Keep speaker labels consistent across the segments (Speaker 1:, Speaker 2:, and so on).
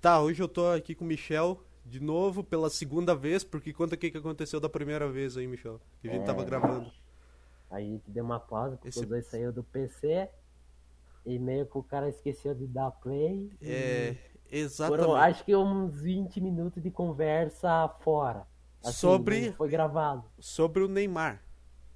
Speaker 1: Tá, hoje eu tô aqui com o Michel de novo pela segunda vez, porque conta o que, que aconteceu da primeira vez aí, Michel, que a gente
Speaker 2: É.
Speaker 1: tava gravando.
Speaker 2: A gente deu uma pausa porque
Speaker 1: Esse-
Speaker 2: os dois saíram do PC e meio que o cara esqueceu de dar play. e
Speaker 1: É, exatamente.
Speaker 2: Hum. foram, acho que uns 20 minutos de conversa fora. assim,
Speaker 1: Sobre-
Speaker 2: não Foi gravado.
Speaker 1: Sobre o Neymar.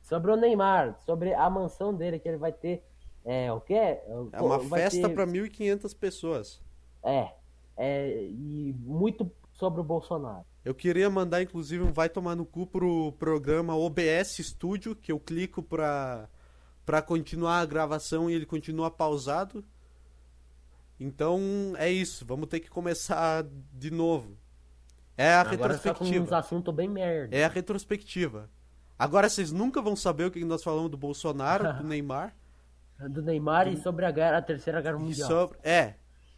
Speaker 2: Sobre o Neymar, sobre a mansão dele que ele vai ter. É, o quê?
Speaker 1: É uma
Speaker 2: Vai
Speaker 1: festa
Speaker 2: ter-
Speaker 1: pra 1.500 pessoas.
Speaker 2: É, é. E muito sobre o Bolsonaro.
Speaker 1: Eu queria mandar, inclusive, um vai tomar no cu pro programa OBS Studio, que eu clico pra, pra continuar a gravação e ele continua pausado. Então é isso, vamos ter que começar de novo. É a
Speaker 2: Agora só com uns
Speaker 1: retrospectiva.
Speaker 2: assuntos bem merda.
Speaker 1: É a retrospectiva. Agora vocês nunca vão saber o que nós falamos do Bolsonaro, do Neymar.
Speaker 2: Do Neymar e sobre a, guerra- a Terceira Guerra
Speaker 1: E
Speaker 2: Mundial.
Speaker 1: sobre, é.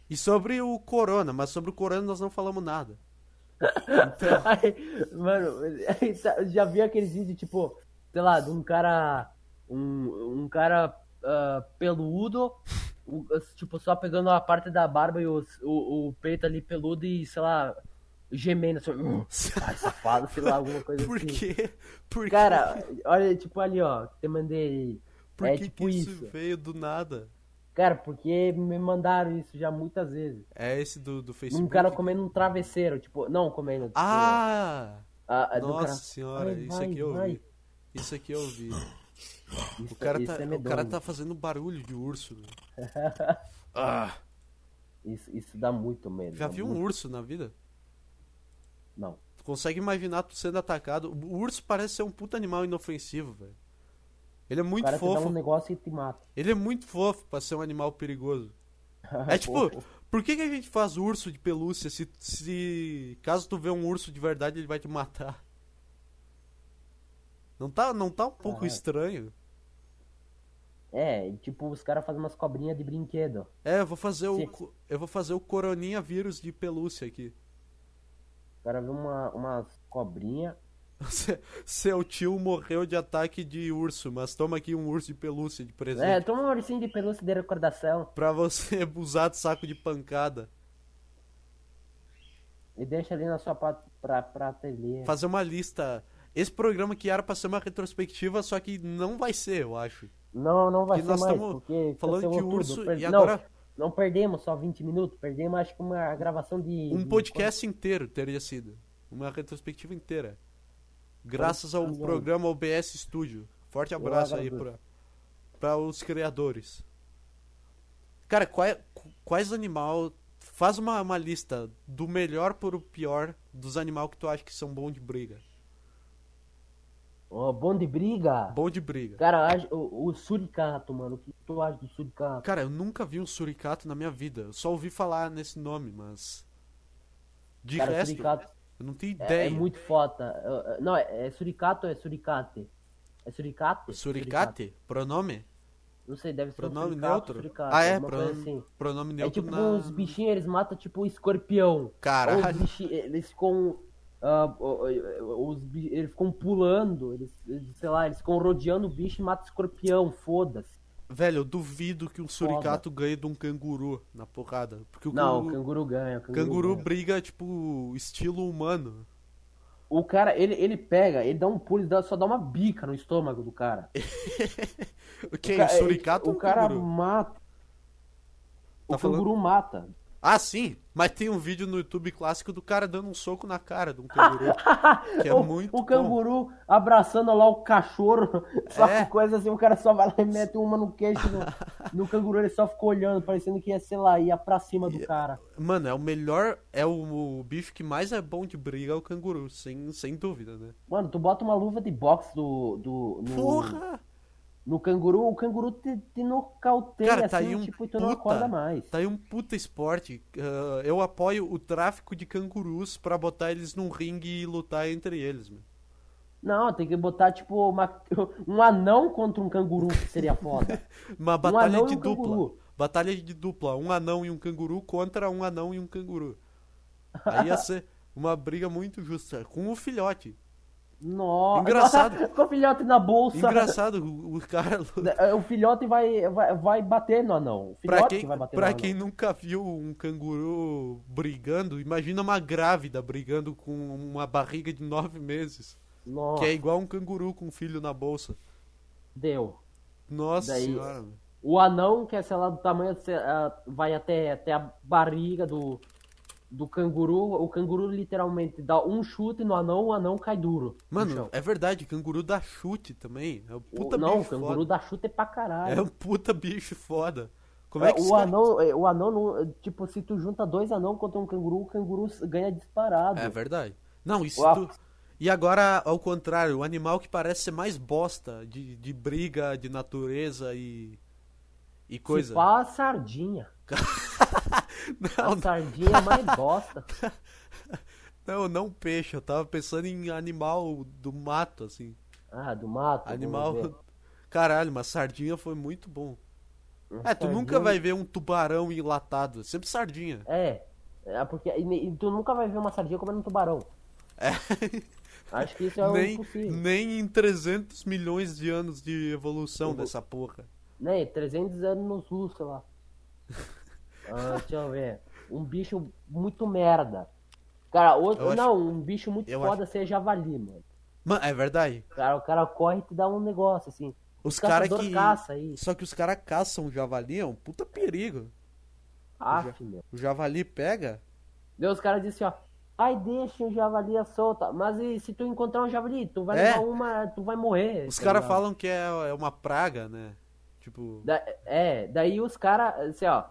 Speaker 1: E sobre o Corona, mas sobre o Corona nós não falamos nada. Então,
Speaker 2: Aí, mano, aí tá- já vi aqueles vídeos, tipo, sei lá, de um cara. Um, um cara ah, peludo, o- tipo, só pegando a parte da barba e os- o, o peito ali peludo e, sei lá, gemendo assim, "Hum, ai, safado, sei lá, alguma coisa
Speaker 1: Por
Speaker 2: assim.
Speaker 1: quê? Por
Speaker 2: Cara, olha, tipo, ali, ó, que te mandei.
Speaker 1: Por
Speaker 2: é
Speaker 1: que,
Speaker 2: tipo
Speaker 1: que
Speaker 2: isso.
Speaker 1: isso, veio do nada?
Speaker 2: Cara, porque me mandaram isso já muitas vezes.
Speaker 1: É esse do, do Facebook?
Speaker 2: Um cara comendo um travesseiro, tipo, não comendo. Tipo,
Speaker 1: Ah!
Speaker 2: ah, do
Speaker 1: Nossa
Speaker 2: cara-
Speaker 1: senhora,
Speaker 2: Ai,
Speaker 1: isso
Speaker 2: vai,
Speaker 1: aqui eu
Speaker 2: vai.
Speaker 1: vi. Isso aqui eu vi.
Speaker 2: Isso,
Speaker 1: O cara,
Speaker 2: isso
Speaker 1: tá,
Speaker 2: é
Speaker 1: o cara
Speaker 2: medonho.
Speaker 1: tá fazendo barulho de urso. meu. Ah,
Speaker 2: Isso, isso dá muito medo.
Speaker 1: já
Speaker 2: dá
Speaker 1: viu um
Speaker 2: muito-
Speaker 1: urso na vida?
Speaker 2: Não.
Speaker 1: Tu consegue imaginar tu sendo atacado? O urso parece ser um puta animal inofensivo, velho. Ele é
Speaker 2: O
Speaker 1: muito
Speaker 2: cara te dá
Speaker 1: fofo.
Speaker 2: um negócio e te mata.
Speaker 1: Ele é muito fofo pra ser um animal perigoso. É tipo, por que, que a gente faz urso de pelúcia se, se caso tu vê um urso de verdade ele vai te matar? Não tá, não tá um pouco
Speaker 2: Ah.
Speaker 1: estranho?
Speaker 2: É, e tipo, os caras fazem umas cobrinhas de brinquedo.
Speaker 1: É, eu vou fazer o
Speaker 2: Sim.
Speaker 1: co- eu vou fazer o coroninha vírus de pelúcia aqui.
Speaker 2: O cara vê uma, umas cobrinhas.
Speaker 1: Se- Seu tio morreu de ataque de urso, mas toma aqui um urso de pelúcia de
Speaker 2: É,
Speaker 1: presente
Speaker 2: toma um ursinho de pelúcia de recordação
Speaker 1: pra você usar de saco de pancada,
Speaker 2: e deixa ali na sua pra, pra, prateleira.
Speaker 1: fazer uma lista. Esse programa que era pra ser uma retrospectiva, só que não vai ser, eu acho.
Speaker 2: Não, não vai
Speaker 1: Que
Speaker 2: ser
Speaker 1: nós
Speaker 2: mais,
Speaker 1: tamo
Speaker 2: porque
Speaker 1: falando de
Speaker 2: cancelou tudo.
Speaker 1: urso
Speaker 2: Per-
Speaker 1: e
Speaker 2: não,
Speaker 1: agora-
Speaker 2: não perdemos só 20 minutos, perdemos acho que uma gravação de...
Speaker 1: Um
Speaker 2: de-
Speaker 1: podcast inteiro teria sido. Uma retrospectiva inteira. Graças ao
Speaker 2: Quantos anos?
Speaker 1: programa OBS Studio. Forte abraço aí pra,
Speaker 2: agradeço.
Speaker 1: pra os criadores. Cara, quais, quais animal. Faz uma, uma lista do melhor por o pior dos animais que tu acha que são bom de briga.
Speaker 2: Ó, bom de briga.
Speaker 1: Bom de briga.
Speaker 2: Cara, acho- o, o suricato, mano. O que tu acha do suricato?
Speaker 1: Cara, eu nunca vi um suricato na minha vida. Eu só ouvi falar nesse nome, mas. De
Speaker 2: Cara,
Speaker 1: resto,
Speaker 2: suricato...
Speaker 1: eu não tenho ideia.
Speaker 2: É, é muito foda. É, é, Não, é é suricato ou é suricate? É suricate?
Speaker 1: Suricate? Pronome?
Speaker 2: Não sei, deve ser um
Speaker 1: Pronome
Speaker 2: suricato,
Speaker 1: neutro?
Speaker 2: suricate,
Speaker 1: ah, é,
Speaker 2: alguma coisa
Speaker 1: pronome,
Speaker 2: assim.
Speaker 1: pronome
Speaker 2: É
Speaker 1: neutro
Speaker 2: tipo
Speaker 1: na...
Speaker 2: uns bichinhos, eles matam tipo um escorpião. Ou Os
Speaker 1: Caralho.
Speaker 2: bichinhos, eles ficam... ah, ou- ou- os, bi- eles ficam pulando, eles, eles, sei lá, eles ficam rodeando o bicho e matam escorpião, foda-se.
Speaker 1: Velho, eu duvido que um suricato ganhe de um canguru na porrada. Porque o
Speaker 2: Não, o
Speaker 1: canguru,
Speaker 2: canguru ganha. O canguru,
Speaker 1: canguru
Speaker 2: ganha.
Speaker 1: briga, tipo, estilo humano.
Speaker 2: O cara, ele, ele pega, ele dá um pulo, ele dá- só dá uma bica no estômago do cara.
Speaker 1: Quem?
Speaker 2: O ca- é,
Speaker 1: O suricato
Speaker 2: o
Speaker 1: ou um
Speaker 2: cara
Speaker 1: canguru?
Speaker 2: mata.
Speaker 1: Tá
Speaker 2: o canguru mata.
Speaker 1: Ah, sim! Mas tem um vídeo no YouTube clássico do cara dando um soco na cara de um canguru. que é
Speaker 2: o,
Speaker 1: muito
Speaker 2: o
Speaker 1: bom.
Speaker 2: canguru abraçando lá o cachorro, só
Speaker 1: É.
Speaker 2: que coisa assim, o cara só vai lá e mete uma no queixo do, do canguru, ele só ficou olhando, parecendo que ia, sei lá, ia pra cima do cara.
Speaker 1: Mano, é o melhor... É o, o bicho que mais é bom de briga é o canguru. Sem, sem dúvida, né?
Speaker 2: Mano, tu bota uma luva de boxe do, do, no,
Speaker 1: Porra!
Speaker 2: no canguru, o canguru te, te nocauteia
Speaker 1: Cara, tá
Speaker 2: assim,
Speaker 1: aí um
Speaker 2: tipo, e tu não
Speaker 1: puta-
Speaker 2: acorda mais.
Speaker 1: Tá aí um puta esporte. Ah, eu apoio o tráfico de cangurus pra botar eles num ringue e lutar entre eles, meu.
Speaker 2: Não, tem que botar, tipo, uma- um anão contra um canguru, que seria foda.
Speaker 1: Uma batalha
Speaker 2: anão e
Speaker 1: de
Speaker 2: um
Speaker 1: dupla.
Speaker 2: canguru.
Speaker 1: Batalha de dupla. Um anão e um canguru contra um anão e um canguru. Aí ia ser uma briga muito justa. Com o filhote.
Speaker 2: Nossa.
Speaker 1: Engraçado.
Speaker 2: Com o filhote na bolsa. É,
Speaker 1: Engraçado, o, o cara.
Speaker 2: O filhote vai, vai, vai bater no anão. O filhote
Speaker 1: Pra quem,
Speaker 2: que vai bater
Speaker 1: pra
Speaker 2: no
Speaker 1: quem
Speaker 2: anão.
Speaker 1: nunca viu um canguru brigando, imagina uma grávida brigando com uma barriga de nove meses.
Speaker 2: Nossa,
Speaker 1: Que é igual um canguru com um filho na bolsa.
Speaker 2: deu.
Speaker 1: Nossa
Speaker 2: Daí-
Speaker 1: senhora. meu.
Speaker 2: O anão, que é, sei lá, do tamanho, sei lá, vai até, até a barriga do, do canguru. O canguru literalmente dá um chute no anão, o anão cai duro. no
Speaker 1: Mano,
Speaker 2: chão.
Speaker 1: é verdade, canguru dá chute também. É um puta
Speaker 2: o, não, o
Speaker 1: bicho
Speaker 2: canguru
Speaker 1: foda.
Speaker 2: dá chute pra
Speaker 1: É
Speaker 2: caralho.
Speaker 1: um puta bicho foda. Como é que
Speaker 2: o,
Speaker 1: esse cara-
Speaker 2: anão, é, o anão, não- é, tipo, se tu junta dois anão contra um canguru, o canguru s- ganha disparado.
Speaker 1: É verdade. Não, isso
Speaker 2: Uau.
Speaker 1: tu... E agora, ao contrário, o animal que parece ser mais bosta de, de briga, de natureza e. e
Speaker 2: Se
Speaker 1: coisa.
Speaker 2: pá, a sardinha.
Speaker 1: Não,
Speaker 2: A sardinha é mais bosta.
Speaker 1: não, não peixe. Eu tava pensando em animal do mato, assim.
Speaker 2: Ah, do mato. vamos ver.
Speaker 1: Animal. Caralho, mas sardinha foi muito bom.
Speaker 2: Uma
Speaker 1: É, tu nunca
Speaker 2: sardinha-
Speaker 1: vai ver um tubarão enlatado. é Sempre sardinha.
Speaker 2: É. É porque e ne- e tu nunca vai ver uma sardinha comendo um tubarão.
Speaker 1: É.
Speaker 2: Acho que isso é
Speaker 1: nem,
Speaker 2: impossível.
Speaker 1: nem em 300 milhões de anos de evolução
Speaker 2: Eu vou-
Speaker 1: dessa porra.
Speaker 2: Né, 300 anos nos luz, sei lá. Ah, deixa eu ver. Um bicho muito merda. Cara, outro.
Speaker 1: Eu acho-
Speaker 2: Não, um bicho muito
Speaker 1: eu
Speaker 2: foda ser javali, mano.
Speaker 1: Mano, é verdade.
Speaker 2: Cara, o cara corre e te dá um negócio, assim.
Speaker 1: Os caras
Speaker 2: caçador
Speaker 1: que.
Speaker 2: caça aí.
Speaker 1: Só que os caras caçam o javali, é um puta perigo.
Speaker 2: Aff, meu.
Speaker 1: O javali pega.
Speaker 2: Daí os caras dizem assim, ó. Ai, deixa o javali à solta. Mas e se tu encontrar um javali, tu vai
Speaker 1: É.
Speaker 2: levar uma, tu vai morrer.
Speaker 1: Os
Speaker 2: tá
Speaker 1: caras
Speaker 2: ligado?
Speaker 1: falam que é, é uma praga, né? Tipo.
Speaker 2: Da- é, daí os caras, assim, ó.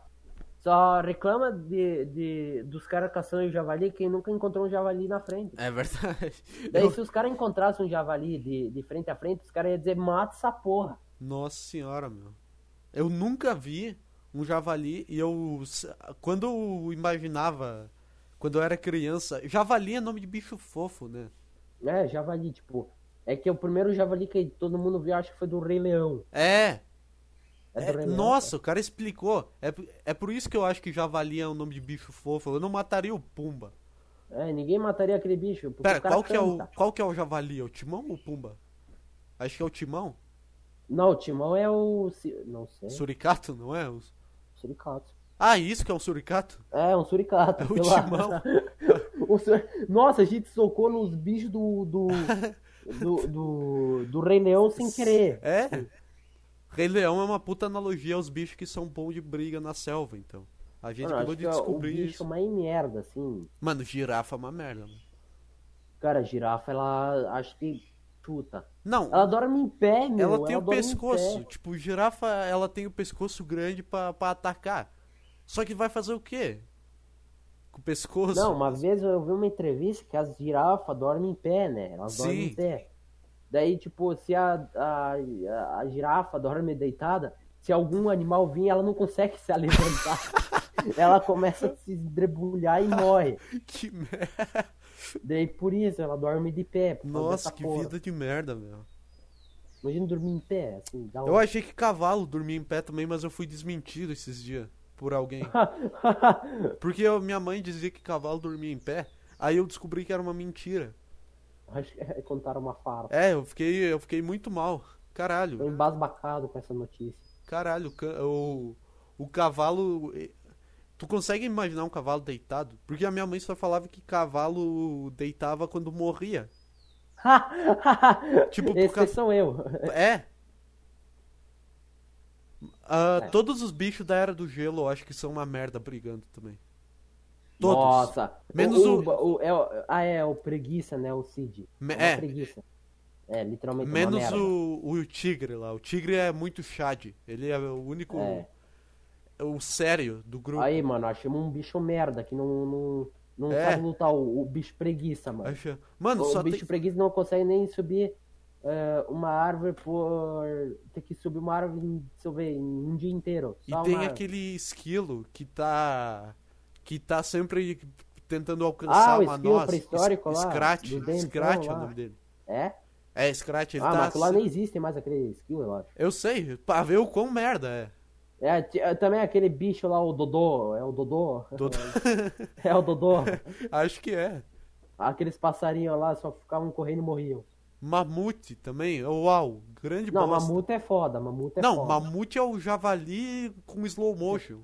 Speaker 2: Só reclama de, de, dos caras caçando javali quem nunca encontrou um javali na frente.
Speaker 1: É verdade.
Speaker 2: Daí
Speaker 1: Eu-
Speaker 2: se os caras encontrassem um javali de, de frente a frente, os caras iam dizer, mata essa porra.
Speaker 1: Nossa senhora, meu. Eu nunca vi um javali e eu. Quando eu imaginava. Quando eu era criança. Javali é nome de bicho fofo, né?
Speaker 2: É, javali, tipo. É que o primeiro javali que todo mundo viu, acho que foi do Rei Leão.
Speaker 1: É!
Speaker 2: É
Speaker 1: É,
Speaker 2: do Rei Leão,
Speaker 1: nossa, o cara explicou. É, p- é por isso que eu acho que javali é um nome de bicho fofo. Eu não mataria o Pumba.
Speaker 2: É, ninguém mataria aquele bicho. Porque
Speaker 1: Pera,
Speaker 2: o cara
Speaker 1: qual que, é o,
Speaker 2: canta.
Speaker 1: qual que é o javali? É o Timão ou o Pumba? Acho que é o Timão.
Speaker 2: Não, o Timão é o. ci- Não sei.
Speaker 1: Suricato, não é? Os-
Speaker 2: Suricato.
Speaker 1: Ah, isso que é um suricato?
Speaker 2: É, um suricato.
Speaker 1: É o
Speaker 2: sei lá.
Speaker 1: Timão.
Speaker 2: O sur- Nossa, a gente socou nos bichos do. do. do, do, do Rei Leão sem querer.
Speaker 1: É? Rei Leão é uma puta analogia aos bichos que são bons de briga na selva, então. A gente
Speaker 2: Mano,
Speaker 1: acabou
Speaker 2: acho
Speaker 1: de
Speaker 2: que é o
Speaker 1: descobrir
Speaker 2: bicho
Speaker 1: isso.
Speaker 2: mais merda, assim.
Speaker 1: Mano, girafa é uma merda. mano.
Speaker 2: Cara, a girafa, ela acho que chuta.
Speaker 1: Não,
Speaker 2: Ela dorme em pé, Ah, meu. um
Speaker 1: ela tem o
Speaker 2: dorme em
Speaker 1: pescoço.
Speaker 2: pé.
Speaker 1: Tipo, girafa, ela tem o pescoço grande pra, pra atacar. Só que vai fazer o quê? Com o pescoço?
Speaker 2: Não, uma vez eu vi uma entrevista que as girafas dormem em pé, né? Elas dormem
Speaker 1: Sim.
Speaker 2: em pé. Daí, tipo, se a, a, a- a girafa dorme deitada, se algum animal vir, ela não consegue se levantar. ela começa a se debulhar e morre.
Speaker 1: Que merda.
Speaker 2: Daí, por isso, ela dorme de pé. por causa
Speaker 1: Nossa,
Speaker 2: dessa
Speaker 1: que
Speaker 2: porra.
Speaker 1: vida de merda, meu.
Speaker 2: Imagina dormir em pé, assim, dá
Speaker 1: Eu achei que cavalo dormia em pé também, mas eu fui desmentido esses dias por alguém. Porque eu- minha mãe dizia que cavalo dormia em pé. Aí eu descobri que era uma mentira.
Speaker 2: Acho que é contar uma farpa.
Speaker 1: É, eu fiquei, eu fiquei muito mal.
Speaker 2: Tô
Speaker 1: Caralho,
Speaker 2: embasbacado com essa notícia.
Speaker 1: caralho, o ca- o, o cavalo. Tu consegue imaginar um cavalo deitado? Porque a minha mãe só falava que cavalo deitava quando morria. Tipo, por
Speaker 2: Esse
Speaker 1: causa-
Speaker 2: sou eu.
Speaker 1: É. Ah,
Speaker 2: É.
Speaker 1: Todos os bichos da Era do Gelo eu acho que são uma merda brigando também. Todos.
Speaker 2: Nossa.
Speaker 1: Menos
Speaker 2: o- é o- ah, é, o preguiça, né? O Cid.
Speaker 1: Me-
Speaker 2: É uma
Speaker 1: é.
Speaker 2: preguiça. É, literalmente uma
Speaker 1: Menos
Speaker 2: merda.
Speaker 1: o, o tigre lá. O tigre é muito chade. Ele é o único.
Speaker 2: É.
Speaker 1: O sério do grupo.
Speaker 2: Aí, mano, achamos um bicho merda que não, não, não
Speaker 1: É.
Speaker 2: sabe lutar. O, o bicho preguiça, mano.
Speaker 1: Acha- Mano,
Speaker 2: O
Speaker 1: só
Speaker 2: bicho
Speaker 1: tem.
Speaker 2: preguiça não consegue nem subir eh, uma árvore por. Tem que subir uma árvore em, deixa eu ver, em um dia inteiro.
Speaker 1: E
Speaker 2: Só
Speaker 1: tem
Speaker 2: uma-
Speaker 1: aquele esquilo que tá. Que tá sempre tentando
Speaker 2: Ah,
Speaker 1: alcançar
Speaker 2: o
Speaker 1: uma
Speaker 2: esquilo
Speaker 1: noz.
Speaker 2: pré-histórico lá,
Speaker 1: Scratch.
Speaker 2: do dentão
Speaker 1: Scratch é o
Speaker 2: lá.
Speaker 1: nome dele.
Speaker 2: É?
Speaker 1: É, Scratch, ele
Speaker 2: ah,
Speaker 1: tá.
Speaker 2: mas lá nem existe mais aquele skill, eu acho.
Speaker 1: Eu sei, pra ver o quão merda é.
Speaker 2: É, ti- é, também aquele bicho lá, o Dodô. É o Dodô?
Speaker 1: Todo-
Speaker 2: É o Dodô.
Speaker 1: Acho que é.
Speaker 2: Aqueles passarinhos lá só ficavam correndo e morriam.
Speaker 1: Mamute também. Uau, grande
Speaker 2: Não,
Speaker 1: bosta.
Speaker 2: Mamute é foda, Mamute é
Speaker 1: Não,
Speaker 2: foda.
Speaker 1: mamute é o javali com slow motion.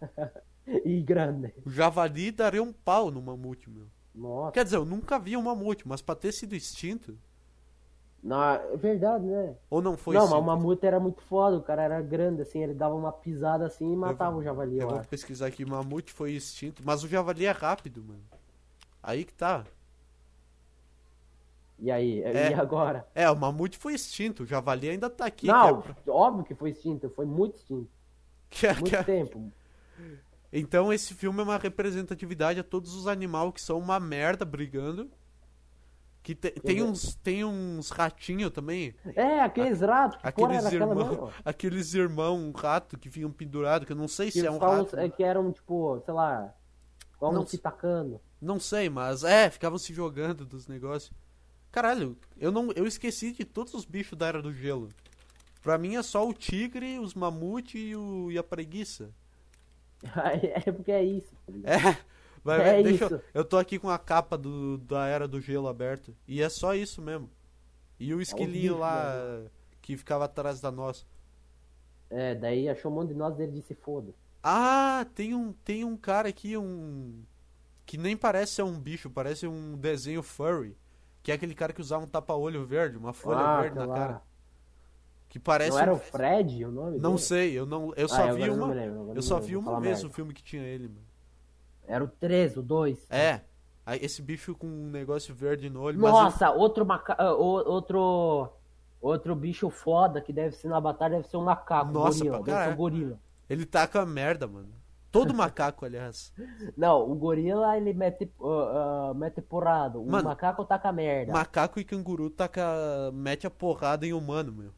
Speaker 2: E grande.
Speaker 1: O javali daria um pau no mamute, meu.
Speaker 2: Nossa.
Speaker 1: Quer dizer, eu nunca vi um mamute, mas pra ter sido extinto,
Speaker 2: Não, é verdade, né?
Speaker 1: ou não foi
Speaker 2: não, mas
Speaker 1: extinto?
Speaker 2: o Mamute era muito foda, o cara era grande, assim, ele dava uma pisada assim e matava o javali,
Speaker 1: Eu
Speaker 2: eu
Speaker 1: vou
Speaker 2: acho.
Speaker 1: pesquisar aqui, mamute foi extinto, mas o javali é rápido, mano. Aí que tá.
Speaker 2: E aí,
Speaker 1: É.
Speaker 2: e agora?
Speaker 1: É, o mamute foi extinto, o javali ainda tá aqui.
Speaker 2: não,
Speaker 1: que é-
Speaker 2: óbvio que foi extinto, foi muito extinto,
Speaker 1: que é- que
Speaker 2: muito
Speaker 1: é-
Speaker 2: tempo.
Speaker 1: Então esse filme é uma representatividade a todos os animais que são uma merda brigando. Que te- tem,
Speaker 2: Eu-
Speaker 1: uns, tem uns ratinhos também.
Speaker 2: É, aqueles ratos, que porra
Speaker 1: Aqueles
Speaker 2: era aquela mesmo?
Speaker 1: irmãos. Aqueles irmãos, um rato que vinham pendurado, que eu não sei se
Speaker 2: Que,
Speaker 1: é um
Speaker 2: falam-
Speaker 1: rato.
Speaker 2: é que eram, tipo, sei lá, um estavam
Speaker 1: Não
Speaker 2: se
Speaker 1: sei.
Speaker 2: tacando.
Speaker 1: Não sei, mas é, ficavam se jogando dos negócios. Caralho, eu não eu esqueci de todos os bichos da era do gelo. Pra mim é só o tigre, os mamute e, o- e a preguiça.
Speaker 2: É porque é isso. tá ligado?
Speaker 1: É, vai
Speaker 2: É
Speaker 1: ver, deixa eu-
Speaker 2: isso.
Speaker 1: eu tô aqui com a capa do, da era do gelo aberta. E é só isso mesmo. E o esquilinho
Speaker 2: bicho,
Speaker 1: lá
Speaker 2: né?
Speaker 1: que ficava atrás da nossa.
Speaker 2: É, daí achou um monte de nós e ele disse foda.
Speaker 1: Ah, tem um, tem um cara aqui, um. Que nem parece ser um bicho, parece um desenho furry. Que é aquele cara que usava um tapa-olho verde, uma folha
Speaker 2: Ah,
Speaker 1: verde na
Speaker 2: sei lá.
Speaker 1: cara. Que parece.
Speaker 2: Não era
Speaker 1: um-
Speaker 2: o Fred o nome
Speaker 1: Não
Speaker 2: dele?
Speaker 1: sei, eu não. Eu
Speaker 2: Ah,
Speaker 1: só
Speaker 2: agora
Speaker 1: vi
Speaker 2: eu não
Speaker 1: uma.
Speaker 2: me lembro, agora
Speaker 1: eu
Speaker 2: eu
Speaker 1: só
Speaker 2: não
Speaker 1: vi
Speaker 2: lembro, vou
Speaker 1: uma
Speaker 2: falar
Speaker 1: vez
Speaker 2: merda.
Speaker 1: o filme que tinha ele, mano.
Speaker 2: Era o 3, o 2.
Speaker 1: É. aí Esse bicho com um negócio verde no olho, mas
Speaker 2: Nossa, outro maca... ah, o- outro outro bicho foda que deve ser na batalha deve ser um macaco,
Speaker 1: Nossa,
Speaker 2: gorila,
Speaker 1: pra
Speaker 2: deve ser
Speaker 1: caralho.
Speaker 2: um gorila.
Speaker 1: ele, ele taca merda, mano. Todo macaco, aliás.
Speaker 2: Não, o gorila ele mete ah, ah, mete porrada, o
Speaker 1: Mano,
Speaker 2: macaco taca merda.
Speaker 1: Macaco e canguru taca. mete a porrada em humano, meu.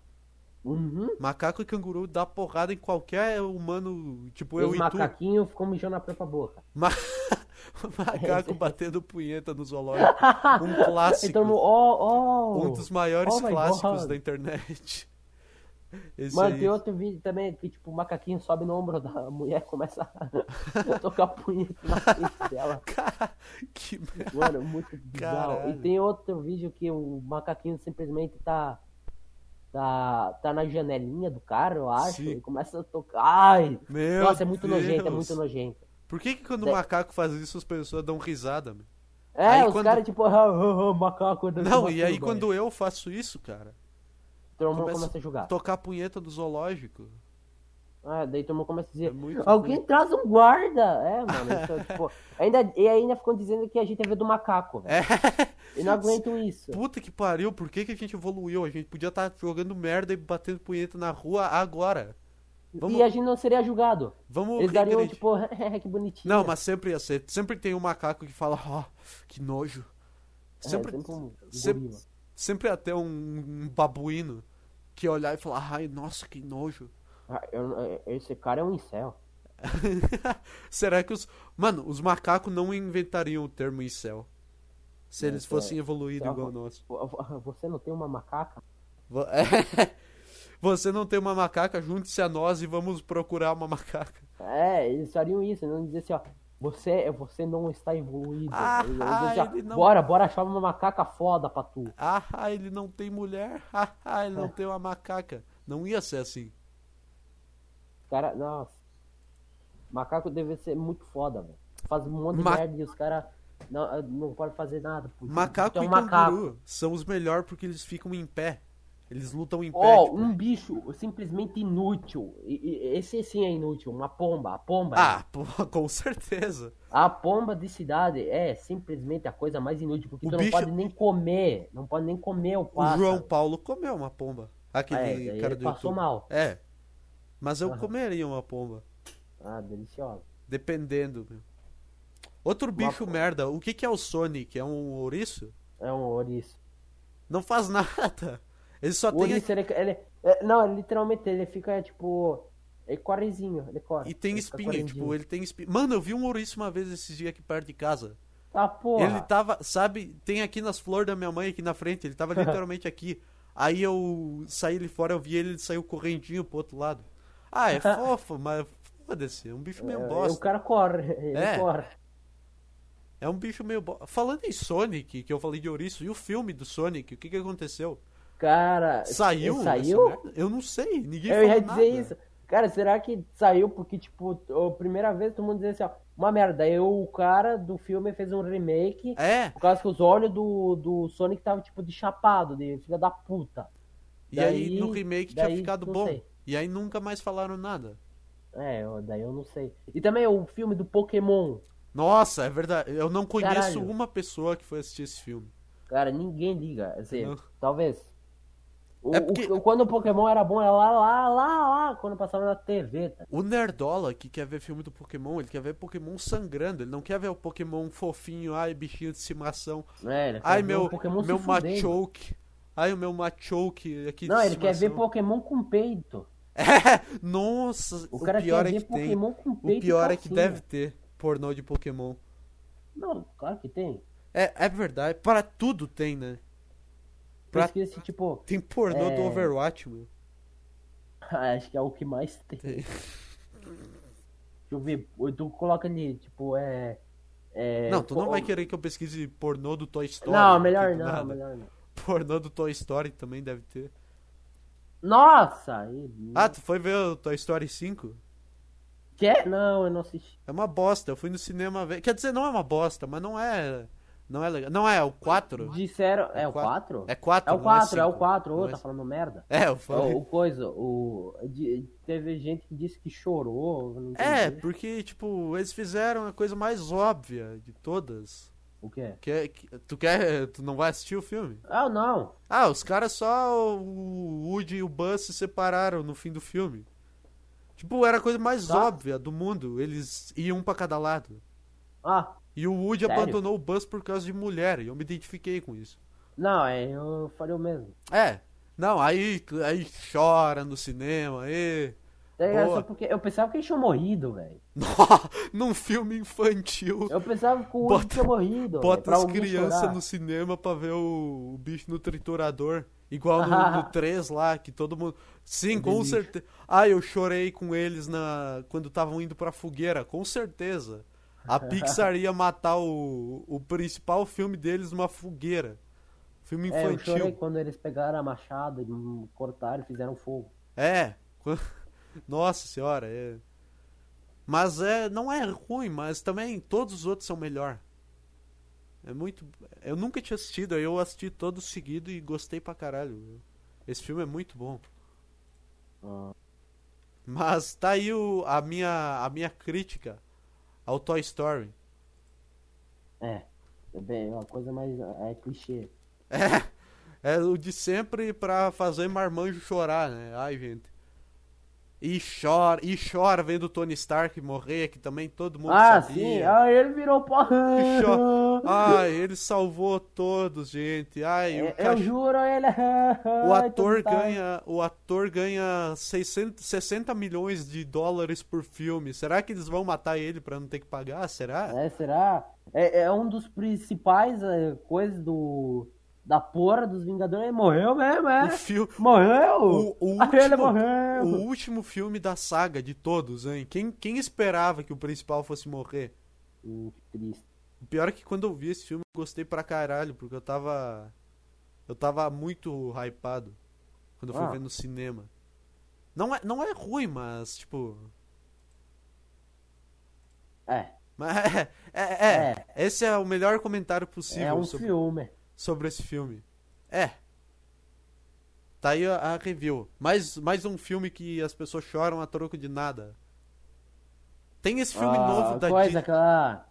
Speaker 2: Uhum.
Speaker 1: Macaco e canguru dá porrada em qualquer humano, tipo eu
Speaker 2: Os
Speaker 1: e tu.
Speaker 2: macaquinhos ficam mijando a própria boca.
Speaker 1: Ma-
Speaker 2: É,
Speaker 1: Macaco batendo punheta no zoológico. Um clássico.
Speaker 2: Então, ó, ó.
Speaker 1: Um dos maiores
Speaker 2: Oh my
Speaker 1: clássicos
Speaker 2: God.
Speaker 1: da internet. Esse
Speaker 2: Mano,
Speaker 1: aí.
Speaker 2: tem outro vídeo também que, tipo, o macaquinho sobe no ombro da mulher e começa a tocar punheta na frente dela.
Speaker 1: Cara, que merda.
Speaker 2: Mano, muito bizarro.
Speaker 1: Caralho.
Speaker 2: E tem outro vídeo que o macaquinho simplesmente tá. Tá, tá na janelinha do cara, eu acho,
Speaker 1: Sim.
Speaker 2: e começa a tocar. Ai!
Speaker 1: Meu
Speaker 2: nossa, é muito
Speaker 1: Deus.
Speaker 2: nojento, é muito nojento.
Speaker 1: Por que, que quando o
Speaker 2: É.
Speaker 1: macaco faz isso as pessoas dão risada? Meu?
Speaker 2: É,
Speaker 1: Aí
Speaker 2: os
Speaker 1: quando-
Speaker 2: caras tipo, ah, ah, ah, macaco.
Speaker 1: Não, e aí quando eu faço isso, cara,
Speaker 2: Todo mundo
Speaker 1: começa-
Speaker 2: começa a jogar.
Speaker 1: tocar a punheta do zoológico.
Speaker 2: Ah, daí todo mundo começa a dizer,
Speaker 1: É muito
Speaker 2: alguém traz um guarda! É, mano, isso, tipo, ainda, e ainda ficam dizendo que a gente é ver do macaco, velho.
Speaker 1: É.
Speaker 2: Eu não aguento isso.
Speaker 1: Puta que pariu, por que, que a gente evoluiu? A gente podia estar jogando merda e batendo punheta na rua agora. Vamos,
Speaker 2: E a gente não seria julgado.
Speaker 1: vamos
Speaker 2: Eles dariam,
Speaker 1: regredir.
Speaker 2: tipo, que bonitinho.
Speaker 1: Não, mas sempre ia ser. Sempre tem um macaco que fala, ó, que nojo.
Speaker 2: É,
Speaker 1: Sempre,
Speaker 2: sempre um
Speaker 1: sempre,
Speaker 2: gorila.
Speaker 1: sempre até um, um babuíno que ia olhar e falar, ai, nossa, que nojo.
Speaker 2: Ah, eu- eu- Esse cara é um incel.
Speaker 1: Será que os. Mano, os macacos não inventariam o termo incel. Se eles
Speaker 2: é,
Speaker 1: fossem evoluídos
Speaker 2: é
Speaker 1: igual
Speaker 2: uma-
Speaker 1: nós.
Speaker 2: Vo- vo- Você não tem uma macaca?
Speaker 1: Vo- É. Você não tem uma macaca, junte-se a nós e vamos procurar uma macaca.
Speaker 2: É, eles fariam isso, não dizer assim, ó. Você, você não está evoluído.
Speaker 1: Ah,
Speaker 2: Eles dizem assim, ó,
Speaker 1: ele não-
Speaker 2: Bora, bora achar uma macaca foda pra tu.
Speaker 1: Ah, ah, ele não tem mulher. Ah, ah, ele não
Speaker 2: É.
Speaker 1: tem uma macaca. Não ia ser assim.
Speaker 2: Os Cara, nossa. Macaco deve ser muito foda, velho. Faz um monte de
Speaker 1: Ma-
Speaker 2: merda e os caras não, não podem fazer nada. por isso.
Speaker 1: Macaco
Speaker 2: Então,
Speaker 1: e
Speaker 2: macaco.
Speaker 1: canguru são os melhores porque eles ficam em pé. Eles lutam em pé.
Speaker 2: Ó,
Speaker 1: tipo.
Speaker 2: um bicho simplesmente inútil. E- e- esse sim é inútil, uma pomba. A pomba. é
Speaker 1: Ah, pô, com certeza.
Speaker 2: A pomba de cidade é simplesmente a coisa mais inútil, porque
Speaker 1: O
Speaker 2: tu
Speaker 1: bicho-
Speaker 2: não pode nem comer, não pode nem comer o
Speaker 1: O
Speaker 2: pássaro.
Speaker 1: João Paulo comeu uma pomba.
Speaker 2: Ah, é,
Speaker 1: Aquele
Speaker 2: daí
Speaker 1: cara
Speaker 2: ele
Speaker 1: do
Speaker 2: passou
Speaker 1: YouTube.
Speaker 2: mal.
Speaker 1: É. Mas eu
Speaker 2: Aham.
Speaker 1: comeria uma pomba.
Speaker 2: Ah, delicioso.
Speaker 1: Dependendo, meu. Outro bicho
Speaker 2: pomba.
Speaker 1: merda. O que, que é o Sonic? É um ouriço?
Speaker 2: É um ouriço.
Speaker 1: Não faz nada. Ele só
Speaker 2: O
Speaker 1: tem.
Speaker 2: ouriço, ele, ele- é, não, ele literalmente, ele fica, tipo, ele correzinho, ele corre.
Speaker 1: E tem
Speaker 2: Ele fica
Speaker 1: espinha, tipo,
Speaker 2: correndinho.
Speaker 1: ele tem espinha. Mano, eu vi um ouriço uma vez esses dias aqui perto de casa.
Speaker 2: Tá, porra.
Speaker 1: Ele tava, sabe, tem aqui nas flores da minha mãe aqui na frente, ele tava literalmente aqui. Aí eu saí ele fora, eu vi ele, ele saiu correndinho pro outro lado. Ah, é fofo, mas foda-se, é um bicho meio
Speaker 2: É,
Speaker 1: bosta.
Speaker 2: O cara corre, ele
Speaker 1: É.
Speaker 2: corre.
Speaker 1: É um bicho meio. bo- Falando em Sonic, que eu falei de ouriço, e o filme do Sonic, o que que aconteceu?
Speaker 2: Cara.
Speaker 1: Saiu?
Speaker 2: É, ele
Speaker 1: essa
Speaker 2: Saiu?
Speaker 1: merda? Eu não sei, ninguém
Speaker 2: Eu
Speaker 1: falou
Speaker 2: ia dizer
Speaker 1: nada.
Speaker 2: isso. Cara, será que saiu porque, tipo, a primeira vez todo mundo dizia assim, ó, uma merda. Aí o cara do filme fez um remake
Speaker 1: É,
Speaker 2: por causa que os olhos do, do Sonic estavam, tipo, de chapado, de filha da puta.
Speaker 1: e aí
Speaker 2: Daí-
Speaker 1: no remake tinha
Speaker 2: daí,
Speaker 1: ficado
Speaker 2: não
Speaker 1: bom.
Speaker 2: sei.
Speaker 1: E aí nunca mais falaram nada.
Speaker 2: É, eu- daí eu não sei. E também o filme do Pokémon.
Speaker 1: Nossa, é verdade. Eu não conheço
Speaker 2: Caralho.
Speaker 1: uma pessoa que foi assistir esse filme.
Speaker 2: Cara, ninguém liga. Assim,
Speaker 1: Não.
Speaker 2: talvez. O,
Speaker 1: É porque-
Speaker 2: o- quando o Pokémon era bom, era lá, lá, lá, lá, quando passava na TV. Tá?
Speaker 1: O Nerdola que quer ver filme do Pokémon, ele quer ver Pokémon sangrando. Ele não quer ver o Pokémon fofinho, ai, bichinho de estimação.
Speaker 2: É, ele quer
Speaker 1: Ai,
Speaker 2: ver
Speaker 1: meu,
Speaker 2: o Pokémon se
Speaker 1: meu
Speaker 2: fudendo.
Speaker 1: Machoke. Ai, o meu Machoke aqui
Speaker 2: Não,
Speaker 1: de
Speaker 2: ele quer ver
Speaker 1: estimação.
Speaker 2: Pokémon com peito.
Speaker 1: É, nossa,
Speaker 2: O
Speaker 1: o,
Speaker 2: cara
Speaker 1: pior
Speaker 2: quer
Speaker 1: é
Speaker 2: ver
Speaker 1: que tem.
Speaker 2: Pokémon com peito
Speaker 1: O
Speaker 2: e
Speaker 1: pior é que
Speaker 2: calcinha.
Speaker 1: deve ter pornô de Pokémon.
Speaker 2: Não, claro que tem.
Speaker 1: É, é verdade, para tudo tem, né?
Speaker 2: Por
Speaker 1: Pra-
Speaker 2: isso que esse, tipo,
Speaker 1: Tem pornô do
Speaker 2: É.
Speaker 1: Overwatch, meu.
Speaker 2: acho que é o que mais tem.
Speaker 1: Tem.
Speaker 2: Deixa eu ver, tu coloca ali, tipo, é... é
Speaker 1: não, tu não
Speaker 2: pô-
Speaker 1: vai querer que eu pesquise pornô do Toy Story.
Speaker 2: Não,
Speaker 1: aqui
Speaker 2: melhor
Speaker 1: do
Speaker 2: não,
Speaker 1: tipo, nada.
Speaker 2: melhor não.
Speaker 1: Pornô do Toy Story também deve ter.
Speaker 2: Nossa! Ele...
Speaker 1: Ah, tu foi ver o Toy Story 5?
Speaker 2: Quer? Não, eu não assisti.
Speaker 1: É uma bosta, eu fui no cinema ver. Quer dizer, não é uma bosta, mas não é. Não é legal. Não é, é o 4?
Speaker 2: Disseram... É,
Speaker 1: É
Speaker 2: o
Speaker 1: quatro.
Speaker 2: 4?
Speaker 1: É 4,
Speaker 2: É o 4, é o 4. Ô,
Speaker 1: Não é
Speaker 2: tá
Speaker 1: cinco.
Speaker 2: falando merda.
Speaker 1: É, eu
Speaker 2: Ó,
Speaker 1: falei.
Speaker 2: O coisa, o... de- Teve gente que disse que chorou. eu não
Speaker 1: É,
Speaker 2: entendi.
Speaker 1: porque, tipo, eles fizeram a coisa mais óbvia de todas.
Speaker 2: O quê?
Speaker 1: Que é- que- tu quer. Tu não vai assistir o filme?
Speaker 2: Ah, não.
Speaker 1: Ah, os caras só. O Woody e o Buzz se separaram no fim do filme. Tipo, era a coisa mais
Speaker 2: Tá.
Speaker 1: óbvia do mundo. Eles iam pra cada lado.
Speaker 2: Ah,
Speaker 1: E o Woody
Speaker 2: Sério?
Speaker 1: abandonou o Buzz por causa de mulher. E eu me identifiquei com isso.
Speaker 2: não, é, eu falei o mesmo.
Speaker 1: É. Não, aí, aí chora no cinema, aí.
Speaker 2: Tá ligado?
Speaker 1: Boa.
Speaker 2: Só porque eu pensava que ele tinha morrido, velho.
Speaker 1: Num filme infantil.
Speaker 2: Eu pensava que o
Speaker 1: Bota-
Speaker 2: Woody tinha morrido.
Speaker 1: Bota
Speaker 2: é pra
Speaker 1: as
Speaker 2: alguém
Speaker 1: crianças
Speaker 2: chorar.
Speaker 1: no cinema pra ver o, o bicho no triturador. Igual no, no 3 lá, que todo mundo. Sim, com
Speaker 2: É delícia.
Speaker 1: certeza. Ah, eu chorei com eles na quando estavam indo pra fogueira, com certeza. A Pixar ia matar o, o principal filme deles numa fogueira. Filme
Speaker 2: É, eu chorei
Speaker 1: infantil.
Speaker 2: quando eles pegaram a machada e hum, cortaram e fizeram fogo.
Speaker 1: É. Quan- Nossa senhora, é. Mas é, não é ruim, mas também todos os outros são melhor. É muito. Eu nunca tinha assistido, aí eu assisti todo seguido e gostei pra caralho. Esse filme é muito bom. Mas tá aí o- a, minha, a minha crítica ao Toy Story.
Speaker 2: É. É bem, é uma coisa mais. É clichê.
Speaker 1: É, é o de sempre pra fazer marmanjo chorar, né? Ai, gente. E chora, e chora vendo o Tony Stark morrer, que também todo mundo
Speaker 2: ah,
Speaker 1: sabia. Ah,
Speaker 2: sim. Ah, ele virou porra.
Speaker 1: Que cho- Ai, ele salvou todos, gente. Ai, o,
Speaker 2: É, Eu,
Speaker 1: cach-
Speaker 2: juro, ele. é
Speaker 1: o
Speaker 2: tá-
Speaker 1: ator ganha, o ator ganha 600, 60 milhões de dólares por filme. Será que eles vão matar ele pra não ter que pagar? Será?
Speaker 2: É, será? É, é um dos principais é, coisas do. Da porra dos Vingadores. Ele morreu mesmo, é?
Speaker 1: O filme
Speaker 2: Morreu!
Speaker 1: O, o
Speaker 2: Ah, ele
Speaker 1: último,
Speaker 2: morreu!
Speaker 1: o último filme da saga de todos, hein? Quem, quem esperava que o principal fosse morrer?
Speaker 2: Hum, que triste.
Speaker 1: O pior é que quando eu vi esse filme, eu gostei pra caralho, porque eu tava. Eu tava muito hypado quando eu fui
Speaker 2: Ah.
Speaker 1: ver no cinema. Não é, não é ruim, mas, tipo.
Speaker 2: É,
Speaker 1: Mas é, é, é. Esse é o melhor comentário possível
Speaker 2: é um
Speaker 1: sobre,
Speaker 2: filme.
Speaker 1: sobre esse filme. É. Tá aí a, a review. Mais, mais um filme que as pessoas choram a troco de nada. Tem esse filme
Speaker 2: Ah,
Speaker 1: novo da
Speaker 2: coisa,
Speaker 1: Disney
Speaker 2: aquela...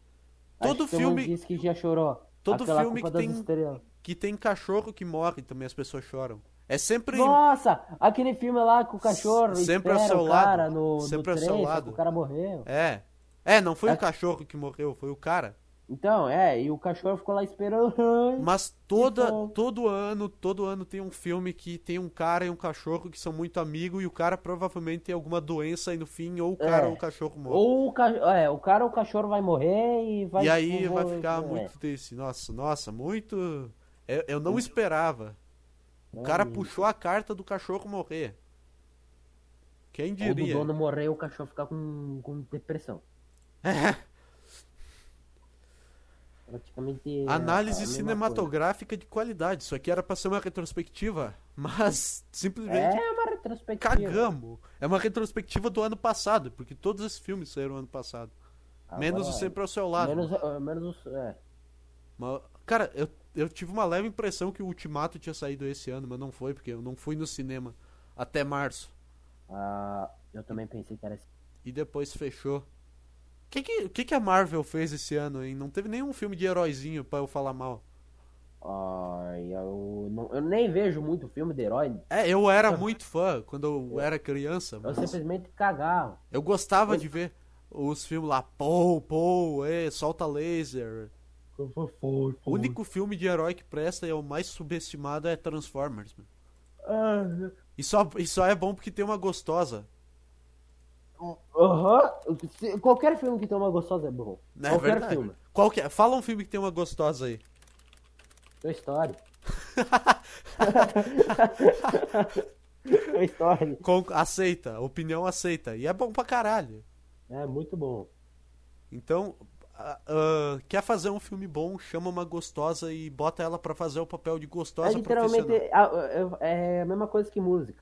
Speaker 1: Todo
Speaker 2: Acho que todo mundo
Speaker 1: filme-
Speaker 2: disse que já chorou.
Speaker 1: Todo
Speaker 2: Aquela
Speaker 1: filme
Speaker 2: Culpa
Speaker 1: que
Speaker 2: das
Speaker 1: tem-
Speaker 2: Estrelas.
Speaker 1: que tem cachorro que morre também as pessoas choram. É sempre.
Speaker 2: Nossa, aquele filme lá com o cachorro
Speaker 1: Sempre ao
Speaker 2: espera
Speaker 1: seu
Speaker 2: o cara
Speaker 1: lado.
Speaker 2: no, no
Speaker 1: Sempre ao
Speaker 2: trem,
Speaker 1: seu
Speaker 2: só que
Speaker 1: lado.
Speaker 2: o cara morreu.
Speaker 1: É. É, não foi
Speaker 2: É.
Speaker 1: o cachorro que morreu, foi o cara.
Speaker 2: Então, é, e o cachorro ficou lá esperando.
Speaker 1: Mas toda,
Speaker 2: bom.
Speaker 1: todo ano, todo ano tem um filme que tem um cara e um cachorro que são muito amigos e o cara provavelmente tem alguma doença e no fim ou o cara
Speaker 2: É.
Speaker 1: ou o cachorro morre.
Speaker 2: Ou o, ca... é, o cara ou o cachorro vai morrer e vai...
Speaker 1: E aí
Speaker 2: não
Speaker 1: vai
Speaker 2: vou-
Speaker 1: ficar
Speaker 2: é,
Speaker 1: muito triste. Nossa, nossa, muito. Eu, eu não esperava. O cara
Speaker 2: realmente.
Speaker 1: puxou a carta do cachorro morrer. Quem
Speaker 2: Ou do
Speaker 1: diria?
Speaker 2: dono morrer o cachorro ficar com, com depressão. Praticamente. é
Speaker 1: Análise cinematográfica de qualidade. Isso aqui era pra ser uma retrospectiva, mas simplesmente
Speaker 2: É uma retrospectiva.
Speaker 1: cagamos. É uma retrospectiva do ano passado, porque todos esses filmes saíram ano passado.
Speaker 2: Agora, é.
Speaker 1: menos o Sempre ao Seu Lado.
Speaker 2: Ah, Menos, ah, menos o. É.
Speaker 1: Mas, cara, eu, eu tive uma leve impressão que o Ultimato tinha saído esse ano, mas não foi, porque eu não fui no cinema até março.
Speaker 2: Ah, eu também pensei que era assim.
Speaker 1: E depois fechou. O que, que, que, que a Marvel fez esse ano, hein? Não teve nenhum filme de heróizinho pra eu falar mal.
Speaker 2: Ai, eu, não- eu nem vejo muito filme de herói.
Speaker 1: É, eu era muito fã quando eu era criança.
Speaker 2: Então. Eu
Speaker 1: mas
Speaker 2: simplesmente cagava.
Speaker 1: Eu gostava de ver os filmes lá, Pou, Pou, é, Solta Laser. O único filme de herói que presta e é o mais subestimado é Transformers, mano.
Speaker 2: Ah,
Speaker 1: E só, e só é bom porque tem uma gostosa.
Speaker 2: Aham. Se- Qualquer filme que tem uma gostosa é bom.
Speaker 1: Não é
Speaker 2: Qualquer
Speaker 1: verdade?
Speaker 2: filme.
Speaker 1: Qual que é? Fala um filme que tem uma gostosa aí.
Speaker 2: Toy Story. Toy Story.
Speaker 1: Com- aceita, opinião aceita. E é bom pra caralho.
Speaker 2: É muito bom.
Speaker 1: Então, ah, ah, quer fazer um filme bom, chama uma gostosa e bota ela pra fazer o papel de
Speaker 2: É
Speaker 1: gostosa
Speaker 2: literalmente
Speaker 1: profissional.
Speaker 2: a, é a mesma coisa que música.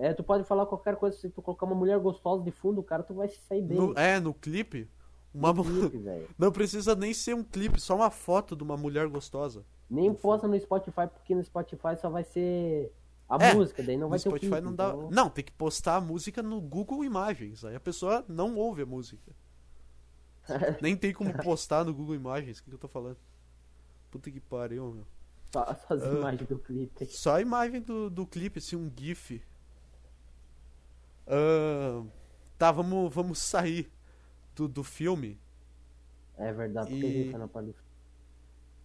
Speaker 2: É, tu pode falar qualquer coisa, se tu colocar uma mulher gostosa de fundo, o cara tu vai se sair bem.
Speaker 1: No- é, no clipe, uma mu-
Speaker 2: Clipe, velho.
Speaker 1: não precisa nem ser um clipe, só uma foto de uma mulher gostosa.
Speaker 2: Nem posta no Spotify, porque no Spotify só vai ser a
Speaker 1: É,
Speaker 2: música, daí não
Speaker 1: no
Speaker 2: vai ter
Speaker 1: Spotify
Speaker 2: o clipe,
Speaker 1: não dá.
Speaker 2: então-
Speaker 1: Não, tem que postar a música no Google Imagens. Aí a pessoa não ouve a música. nem tem como postar no Google Imagens. O que, que eu tô falando? Puta que pariu, meu.
Speaker 2: Só, só as
Speaker 1: Ah.
Speaker 2: imagens do clipe.
Speaker 1: Só a imagem do, do clipe, assim, um GIF. Ahn, tá, vamos, vamos sair do, do filme.
Speaker 2: É verdade, porque a
Speaker 1: E-
Speaker 2: gente tá na parte do filme.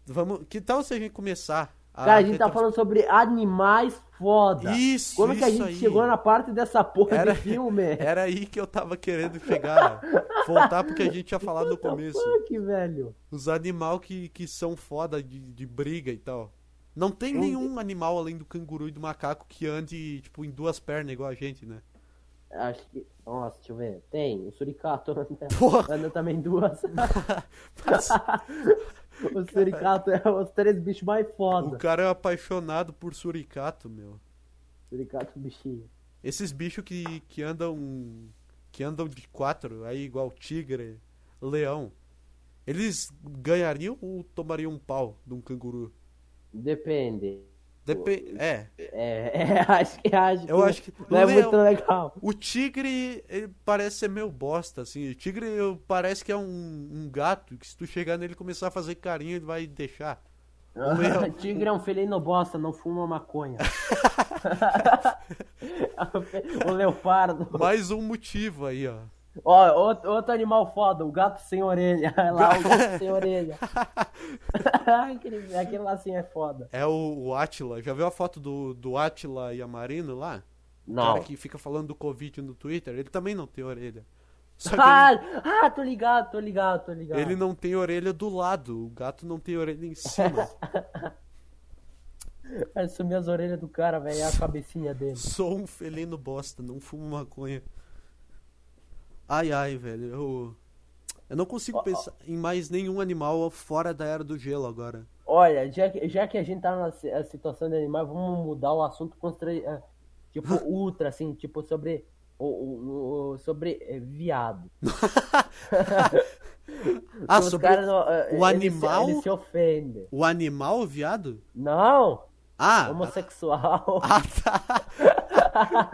Speaker 1: Vamos, que tal se a gente começar?
Speaker 2: Cara, a gente tá
Speaker 1: retros-
Speaker 2: falando sobre animais foda.
Speaker 1: Isso,
Speaker 2: Como que a
Speaker 1: isso
Speaker 2: gente
Speaker 1: aí.
Speaker 2: chegou na parte dessa porra
Speaker 1: Era-
Speaker 2: de filme?
Speaker 1: Era aí que eu tava querendo chegar. voltar porque a gente tinha falado no começo.
Speaker 2: Fuck, velho.
Speaker 1: Os animal que, que são foda de, de briga e tal. Não tem
Speaker 2: Eu-
Speaker 1: nenhum animal além do canguru e do macaco que ande, tipo, em duas pernas igual a gente, né?
Speaker 2: Acho que. Nossa, deixa eu ver. Tem, o Suricato anda,
Speaker 1: Porra!
Speaker 2: anda também duas.
Speaker 1: mas
Speaker 2: o Suricato é os três bichos mais
Speaker 1: o
Speaker 2: foda.
Speaker 1: cara é apaixonado por suricato, meu.
Speaker 2: Suricato, bichinho.
Speaker 1: Esses bichos que, que andam. que andam de quatro, aí igual tigre, leão. Eles ganhariam ou tomariam um pau de um canguru?
Speaker 2: Depende.
Speaker 1: Depende. É.
Speaker 2: É, é, acho que acho
Speaker 1: Eu acho que-
Speaker 2: não é
Speaker 1: o
Speaker 2: muito
Speaker 1: leão-
Speaker 2: legal.
Speaker 1: O tigre ele parece ser meio bosta, assim. O tigre eu- parece que é um, um gato que se tu chegar nele e começar a fazer carinho, ele vai deixar. O leão-
Speaker 2: Tigre é um felino bosta, não fuma maconha. o leopardo.
Speaker 1: Mais um motivo aí, ó.
Speaker 2: Ó, outro, outro animal foda, o gato sem orelha. Olha lá, o gato sem orelha. aquele, aquele lá sim é foda.
Speaker 1: É o, o Atila. Já viu a foto do, do Atila e a Marino lá? O cara que fica falando do Covid no Twitter, ele também não tem orelha. Só que
Speaker 2: Ah,
Speaker 1: ele,
Speaker 2: ah, tô ligado, tô ligado, tô ligado.
Speaker 1: ele não tem orelha do lado, o gato não tem orelha em cima.
Speaker 2: Cara, sumiu as orelhas do cara, velho, e a cabecinha dele.
Speaker 1: Sou um felino bosta, não fumo maconha. Ai, ai, velho, eu. Eu não consigo pensar em mais nenhum animal fora da era do gelo agora.
Speaker 2: Olha, já que, já que a gente tá na si- a situação de animais, vamos mudar um assunto constre- eh, tipo ultra, assim, tipo sobre o, o- o- sobre eh, viado.
Speaker 1: Ah,
Speaker 2: Os
Speaker 1: sobre
Speaker 2: caras, eh,
Speaker 1: o
Speaker 2: eles se-
Speaker 1: animal?
Speaker 2: Eles se ofendem.
Speaker 1: o animal, viado?
Speaker 2: Não,
Speaker 1: Ah!
Speaker 2: assim? homossexual.
Speaker 1: Ah, tá!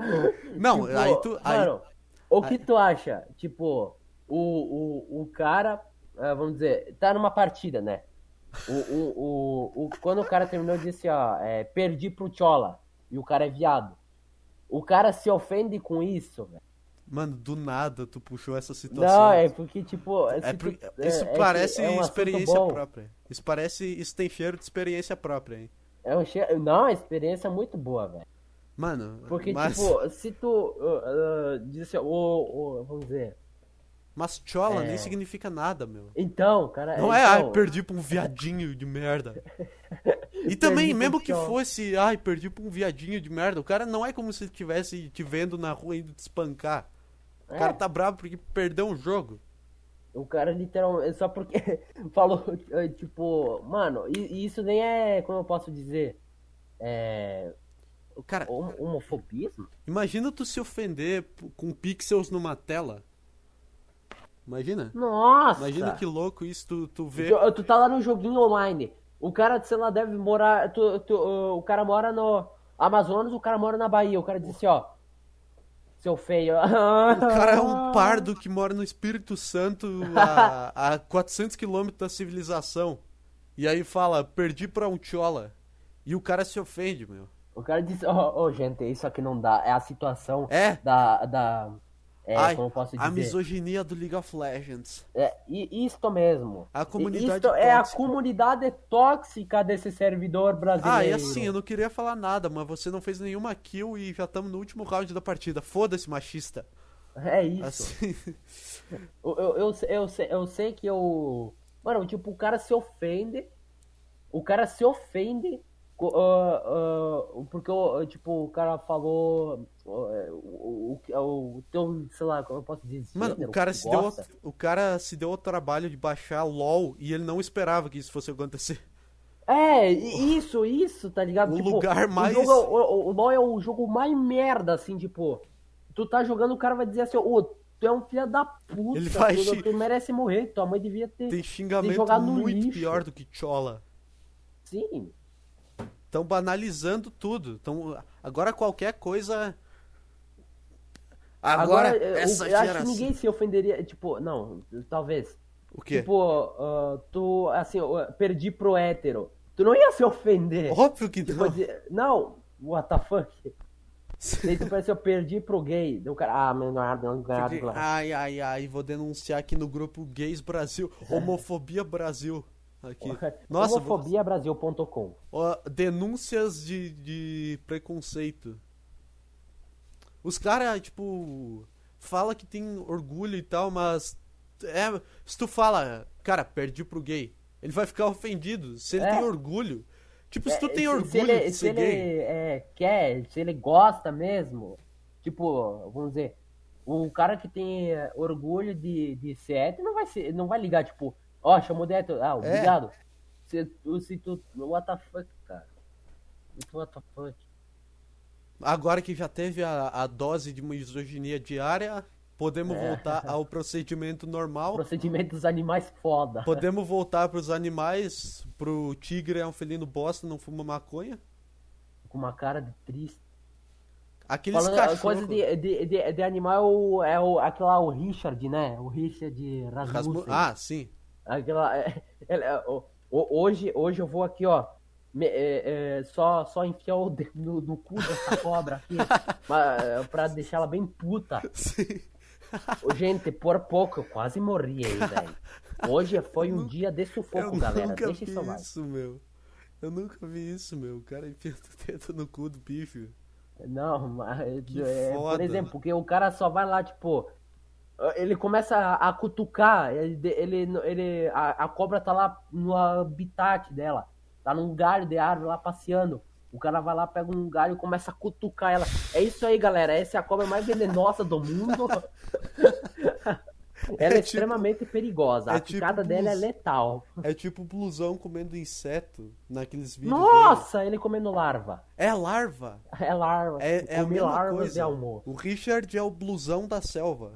Speaker 1: Não,
Speaker 2: Tipo,
Speaker 1: aí tu. Aí,
Speaker 2: mano, o que tu acha? Tipo, o, o, o cara, ah, vamos dizer, tá numa partida, né? O, o, o, o- quando o cara terminou, disse, ó, é, perdi pro Chola. E o cara é viado. O cara se ofende com isso, velho.
Speaker 1: Mano, do nada tu puxou essa situação.
Speaker 2: Não, é porque, tipo.
Speaker 1: É
Speaker 2: se tu-
Speaker 1: por-
Speaker 2: é-
Speaker 1: isso
Speaker 2: é que
Speaker 1: parece
Speaker 2: é um assunto
Speaker 1: experiência
Speaker 2: bom.
Speaker 1: própria. Isso parece. Isso tem cheiro de experiência própria, hein?
Speaker 2: É um che... Não, a experiência é muito boa, velho.
Speaker 1: Mano,
Speaker 2: Porque,
Speaker 1: mas,
Speaker 2: tipo, se tu. ah, ah, disse, ó, o, o, vamos dizer.
Speaker 1: mas chola
Speaker 2: é.
Speaker 1: nem significa nada, meu.
Speaker 2: Então, cara.
Speaker 1: Não é, ai,
Speaker 2: então,
Speaker 1: perdi pra um viadinho de merda. E
Speaker 2: Perdi
Speaker 1: também,
Speaker 2: pra
Speaker 1: mesmo
Speaker 2: um
Speaker 1: que
Speaker 2: chola.
Speaker 1: fosse, ai, perdi pra um viadinho de merda, o cara não é como se ele estivesse te vendo na rua indo te espancar. O
Speaker 2: É.
Speaker 1: cara tá bravo porque perdeu um jogo.
Speaker 2: O O cara literalmente. Só porque falou, tipo, mano, e, e isso nem é, como eu posso dizer? É.
Speaker 1: Cara,
Speaker 2: hom- Homofobismo?
Speaker 1: imagina tu se ofender p- com pixels numa tela. Imagina.
Speaker 2: Nossa!
Speaker 1: Imagina que louco isso tu, tu vê.
Speaker 2: Jo- Tu tá lá num joguinho online. O cara, sei lá, deve morar. tu- tu- uh, o cara mora no Amazonas, o cara mora na Bahia. O cara diz assim, ó. Seu feio.
Speaker 1: O
Speaker 2: Então.
Speaker 1: cara é um pardo que mora no Espírito Santo a, a 400 quilômetros da civilização. E aí fala, perdi pra um tchola. E o cara se ofende, meu.
Speaker 2: O cara diz, ó, ó, gente, isso aqui não dá. É a situação
Speaker 1: É.
Speaker 2: da. da é,
Speaker 1: Ai,
Speaker 2: como eu posso dizer?
Speaker 1: a misoginia do League of Legends.
Speaker 2: É, e isto mesmo.
Speaker 1: A comunidade
Speaker 2: Isto é a
Speaker 1: tóxica.
Speaker 2: comunidade tóxica desse servidor brasileiro.
Speaker 1: Ah, e assim, eu não queria falar nada, mas você não fez nenhuma kill e já estamos no último round da partida. Foda-se, machista.
Speaker 2: É isso.
Speaker 1: Assim,
Speaker 2: Eu, eu, eu, sei- eu, sei, eu sei que eu. Mano, tipo, o cara se ofende. O cara se ofende. co- ah, ah, porque, o- tipo, o cara falou. ah, é, o, o, o, o teu, sei lá, como eu posso dizer?
Speaker 1: mano,
Speaker 2: gênero
Speaker 1: o cara
Speaker 2: que
Speaker 1: se deu, ao-
Speaker 2: gosta.
Speaker 1: o cara se deu ao trabalho de baixar LOL e ele não esperava que isso fosse acontecer.
Speaker 2: É, e- isso, isso, tá ligado?
Speaker 1: O lugar mais-
Speaker 2: O, jogo, é- o, o LoL é o jogo mais merda, assim, tipo. Tu tá jogando, o cara vai dizer assim, ô, tu é um filho da puta,
Speaker 1: Ele vai
Speaker 2: tu,
Speaker 1: te-
Speaker 2: tu merece morrer, tua mãe devia ter.
Speaker 1: Tem xingamento
Speaker 2: jogar no
Speaker 1: muito
Speaker 2: lixo.
Speaker 1: pior do que chola.
Speaker 2: Sim.
Speaker 1: Estão banalizando tudo. Tão... Agora qualquer coisa. Agora,
Speaker 2: eu-
Speaker 1: essa
Speaker 2: eu, acho
Speaker 1: geração.
Speaker 2: que ninguém se ofenderia, tipo, não, talvez.
Speaker 1: O quê?
Speaker 2: Tipo, ah, tu, assim, eu perdi pro hétero. Tu não ia se ofender.
Speaker 1: Óbvio que
Speaker 2: Tipo,
Speaker 1: Oh, não.
Speaker 2: dizer, não, what the fuck? Daí tu pensa, eu perdi pro gay. Daí o cara, ah, meu, não, não, não, não,
Speaker 1: Fiquei- Ai, ai, ai, vou denunciar aqui no grupo Gays Brasil, Homofobia Brasil. Aqui. Nossa, vou-
Speaker 2: é homofobiabrasil.com.
Speaker 1: ó, denúncias de, de preconceito. Os caras, tipo, fala que tem orgulho e tal, mas é, se tu fala, cara, perdi pro gay, ele vai ficar ofendido. Se ele
Speaker 2: É.
Speaker 1: tem orgulho. Tipo, se tu
Speaker 2: É,
Speaker 1: tem orgulho
Speaker 2: ele,
Speaker 1: de
Speaker 2: se
Speaker 1: ser
Speaker 2: ele
Speaker 1: gay.
Speaker 2: é, quer, se ele gosta mesmo, tipo, vamos dizer, o cara que tem é, orgulho de, de ser hétero não vai, ser, não vai ligar, tipo, ó, chamou de hétero,
Speaker 1: É.
Speaker 2: ah, obrigado. Se, tu- se tu, what the fuck, cara. What the fuck.
Speaker 1: Agora que já teve a, a dose de misoginia diária, podemos
Speaker 2: É.
Speaker 1: voltar ao procedimento normal.
Speaker 2: Procedimento dos animais foda.
Speaker 1: Podemos voltar pros animais, pro tigre é um felino bosta, não fuma maconha.
Speaker 2: Com uma cara de triste.
Speaker 1: Aqueles
Speaker 2: Falando a
Speaker 1: cachorros.
Speaker 2: coisa de, de, de, de animal é o- é o, aquele lá, o Richard, né? O Richard
Speaker 1: Rasmu-
Speaker 2: Rasmussen.
Speaker 1: Ah, sim.
Speaker 2: Aquela, é, ela- é, o- o- hoje, hoje eu vou aqui, ó. me- é, é, só, só enfiar o dedo no, no cu dessa cobra aqui. mas, é, pra deixar ela bem puta.
Speaker 1: Sim.
Speaker 2: Ô, Gente, por pouco, eu quase morri aí, velho. Hoje foi um dia de sufoco,
Speaker 1: Eu
Speaker 2: galera.
Speaker 1: nunca
Speaker 2: Deixa
Speaker 1: vi
Speaker 2: isso lá.
Speaker 1: isso, meu. Eu nunca vi isso, meu. O cara enfia o dedo no cu do bicho.
Speaker 2: Não, mas.
Speaker 1: Que
Speaker 2: é, por
Speaker 1: foda.
Speaker 2: exemplo, porque o cara só vai lá, tipo. Ele começa a, a cutucar, ele, ele, ele- a, a cobra tá lá no habitat dela, tá num galho de árvore lá passeando. O cara vai lá, pega um galho e começa a cutucar ela. É isso aí, galera. Essa é a cobra mais venenosa do mundo. ela é,
Speaker 1: tipo-
Speaker 2: extremamente perigosa.
Speaker 1: é
Speaker 2: a
Speaker 1: tipo
Speaker 2: picada dela é
Speaker 1: blues.
Speaker 2: letal.
Speaker 1: É tipo blusão comendo inseto naqueles vídeos. dele.
Speaker 2: Nossa, ele comendo larva.
Speaker 1: É larva!
Speaker 2: É larva.
Speaker 1: É, é a
Speaker 2: Comi
Speaker 1: mesma
Speaker 2: larvas e
Speaker 1: coisa.
Speaker 2: almoço.
Speaker 1: O Richard é o blusão da selva.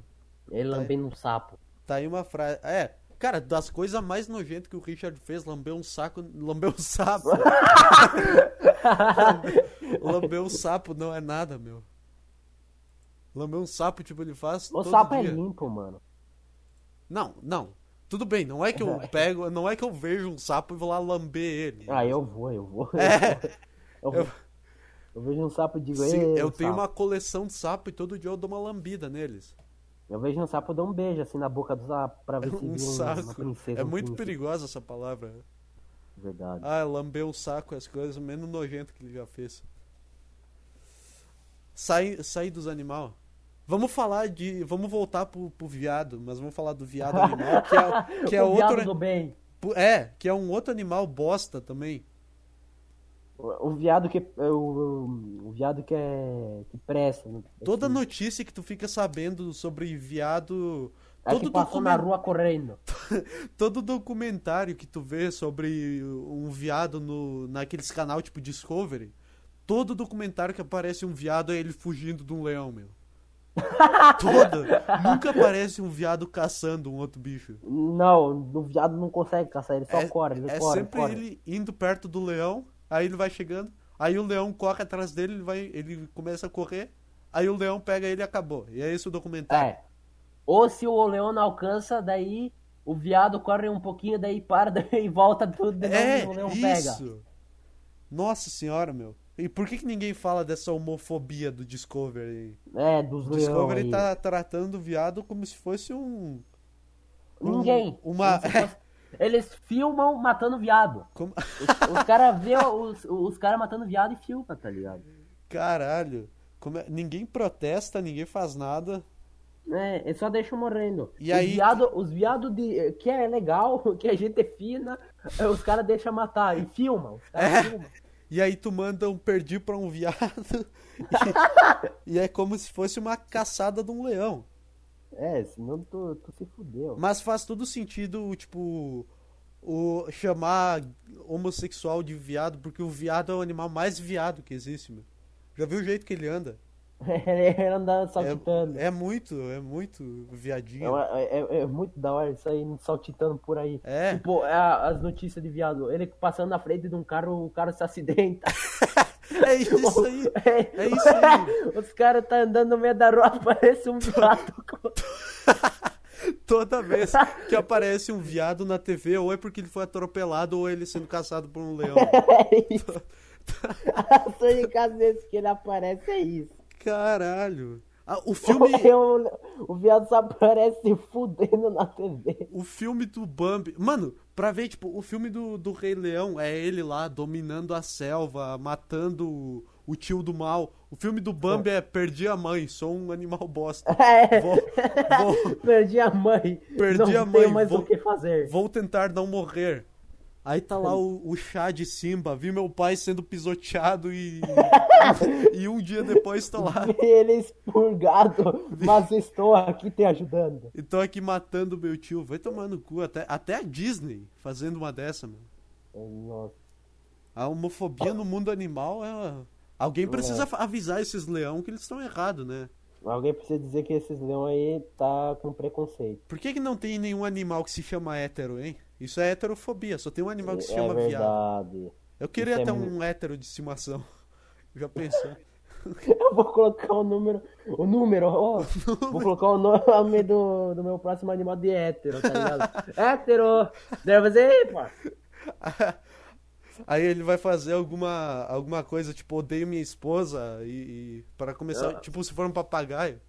Speaker 1: É.
Speaker 2: Ele lambendo um sapo.
Speaker 1: Tá aí uma frase. É, cara, das coisas mais nojentas que o Richard fez, lambeu um saco. Lambeu um sapo. lambeu um sapo não é nada, meu. Lambeu um sapo, tipo, ele faz.
Speaker 2: O
Speaker 1: todo
Speaker 2: sapo é
Speaker 1: dia.
Speaker 2: limpo, mano.
Speaker 1: Não, não. Tudo bem, não é que eu pego, não é que eu vejo um sapo e vou lá lamber ele.
Speaker 2: Ah, eu vou, eu vou. Eu, vou.
Speaker 1: É. eu-
Speaker 2: Eu vejo um sapo e digo,
Speaker 1: Sim,
Speaker 2: "Ei,
Speaker 1: eu tenho
Speaker 2: sapo."
Speaker 1: uma coleção de sapo e todo dia eu dou uma lambida neles.
Speaker 2: Eu vejo um sapo e dou um beijo assim na boca do sapo pra ver se
Speaker 1: Um
Speaker 2: vira uma- uma
Speaker 1: saco.
Speaker 2: princesa.
Speaker 1: É
Speaker 2: um
Speaker 1: muito
Speaker 2: príncipe.
Speaker 1: perigosa essa palavra.
Speaker 2: Verdade.
Speaker 1: Ah, lambeu o saco as coisas menos nojento que ele já fez. Sai, sair dos animal. Vamos falar de, vamos voltar pro, pro viado, mas vamos falar do viado animal, que é, que é
Speaker 2: o viado
Speaker 1: outro,
Speaker 2: do bem.
Speaker 1: pu- é, que é um outro animal bosta também.
Speaker 2: O, o viado que. O, o, o viado que é. que presta. né?
Speaker 1: Toda notícia que tu fica sabendo sobre viado,
Speaker 2: É que passou na rua correndo.
Speaker 1: Todo documentário que tu vê sobre um viado no, naqueles canal tipo Discovery, todo documentário que aparece um viado é ele fugindo de um leão, meu. Todo. Nunca aparece um viado caçando um outro bicho.
Speaker 2: Não, o viado não consegue caçar, ele só
Speaker 1: É-
Speaker 2: corre, ele
Speaker 1: é
Speaker 2: corre,
Speaker 1: sempre
Speaker 2: corre.
Speaker 1: ele indo perto do leão, aí ele vai chegando, aí o leão corre atrás dele, ele, vai, ele começa a correr, aí o leão pega ele e acabou. E é esse o documentário.
Speaker 2: É. Ou se o leão não alcança, daí o viado corre um pouquinho, daí para, daí volta tudo, daí
Speaker 1: É,
Speaker 2: o leão pega.
Speaker 1: isso. Nossa senhora, meu. E por que, que ninguém fala dessa homofobia do Discovery?
Speaker 2: É, dos
Speaker 1: O
Speaker 2: leões.
Speaker 1: Discovery tá tratando o viado como se fosse um. um-
Speaker 2: Ninguém.
Speaker 1: Uma.
Speaker 2: Como se fosse- Eles filmam matando viado.
Speaker 1: como-
Speaker 2: Os, os caras vê os, os caras matando viado e filma, tá ligado?
Speaker 1: Caralho. Como é- Ninguém protesta, ninguém faz nada.
Speaker 2: É, eles só deixam morrendo.
Speaker 1: E
Speaker 2: os
Speaker 1: aí-
Speaker 2: viado, os viado de que é legal, que a gente é fina, eh, os caras deixam matar e filmam. Os caras
Speaker 1: É.
Speaker 2: filmam.
Speaker 1: E aí tu manda um perdi pra um viado. e, e é como se fosse uma caçada de um leão.
Speaker 2: É, senão tu, tu se fudeu.
Speaker 1: Mas faz todo sentido, tipo, o chamar homossexual de viado, porque o viado é o animal mais viado que existe, meu. Já viu o jeito que ele anda?
Speaker 2: Ele anda saltitando.
Speaker 1: É, é muito, é muito
Speaker 2: É,
Speaker 1: viadinho.
Speaker 2: uma- é- é muito da hora isso aí, saltitando por aí.
Speaker 1: É.
Speaker 2: Tipo, é a- as notícias de viado. Ele passando na frente de um carro, o cara se acidenta.
Speaker 1: É isso aí. É isso aí.
Speaker 2: Os caras tá andando no meio da rua, parece um viado.
Speaker 1: Toda vez que aparece um viado na TV, ou é porque ele foi atropelado, ou ele sendo caçado por um leão.
Speaker 2: É isso. As únicas vezes que ele aparece é isso.
Speaker 1: Caralho. Ah, o filme,
Speaker 2: Eu- o viado só aparece se fudendo na TV.
Speaker 1: o filme do Bambi. Mano, pra ver, tipo, o filme do, do Rei Leão é ele lá dominando a selva, matando o, o tio do mal. O filme do Bambi é Perdi a mãe, sou um animal bosta.
Speaker 2: É.
Speaker 1: Vou, vou,
Speaker 2: Perdi a mãe.
Speaker 1: Perdi
Speaker 2: não
Speaker 1: a
Speaker 2: tenho
Speaker 1: mãe,
Speaker 2: mais
Speaker 1: vou-
Speaker 2: o que fazer.
Speaker 1: vou tentar não morrer. Aí tá lá o, o chá de Simba, vi meu pai sendo pisoteado e. e um dia depois tô lá.
Speaker 2: Ele é expurgado, mas estou aqui te ajudando.
Speaker 1: E tô aqui matando meu tio. Vai tomar no cu. Até, até a Disney fazendo uma dessa, meu.
Speaker 2: Nossa.
Speaker 1: A homofobia no mundo animal é. Alguém precisa fa- avisar esses leão que eles estão errados, né?
Speaker 2: Alguém precisa dizer que esses leões aí tá com preconceito.
Speaker 1: Por que, que não tem nenhum animal que se chama hétero, hein? Isso é heterofobia, só tem um animal que se
Speaker 2: é
Speaker 1: chama viado.
Speaker 2: verdade.
Speaker 1: Eu queria
Speaker 2: Isso é
Speaker 1: ter
Speaker 2: muito-
Speaker 1: um hétero de estimação. Já pensou?
Speaker 2: Eu vou colocar o número. O número, ó. Vou colocar o nome do, do meu próximo animal de hétero, tá ligado? hétero! Deve ser, pô.
Speaker 1: Aí ele vai fazer alguma, alguma coisa, tipo, odeio minha esposa e. e para
Speaker 2: Ah.
Speaker 1: começar, tipo, se for um papagaio.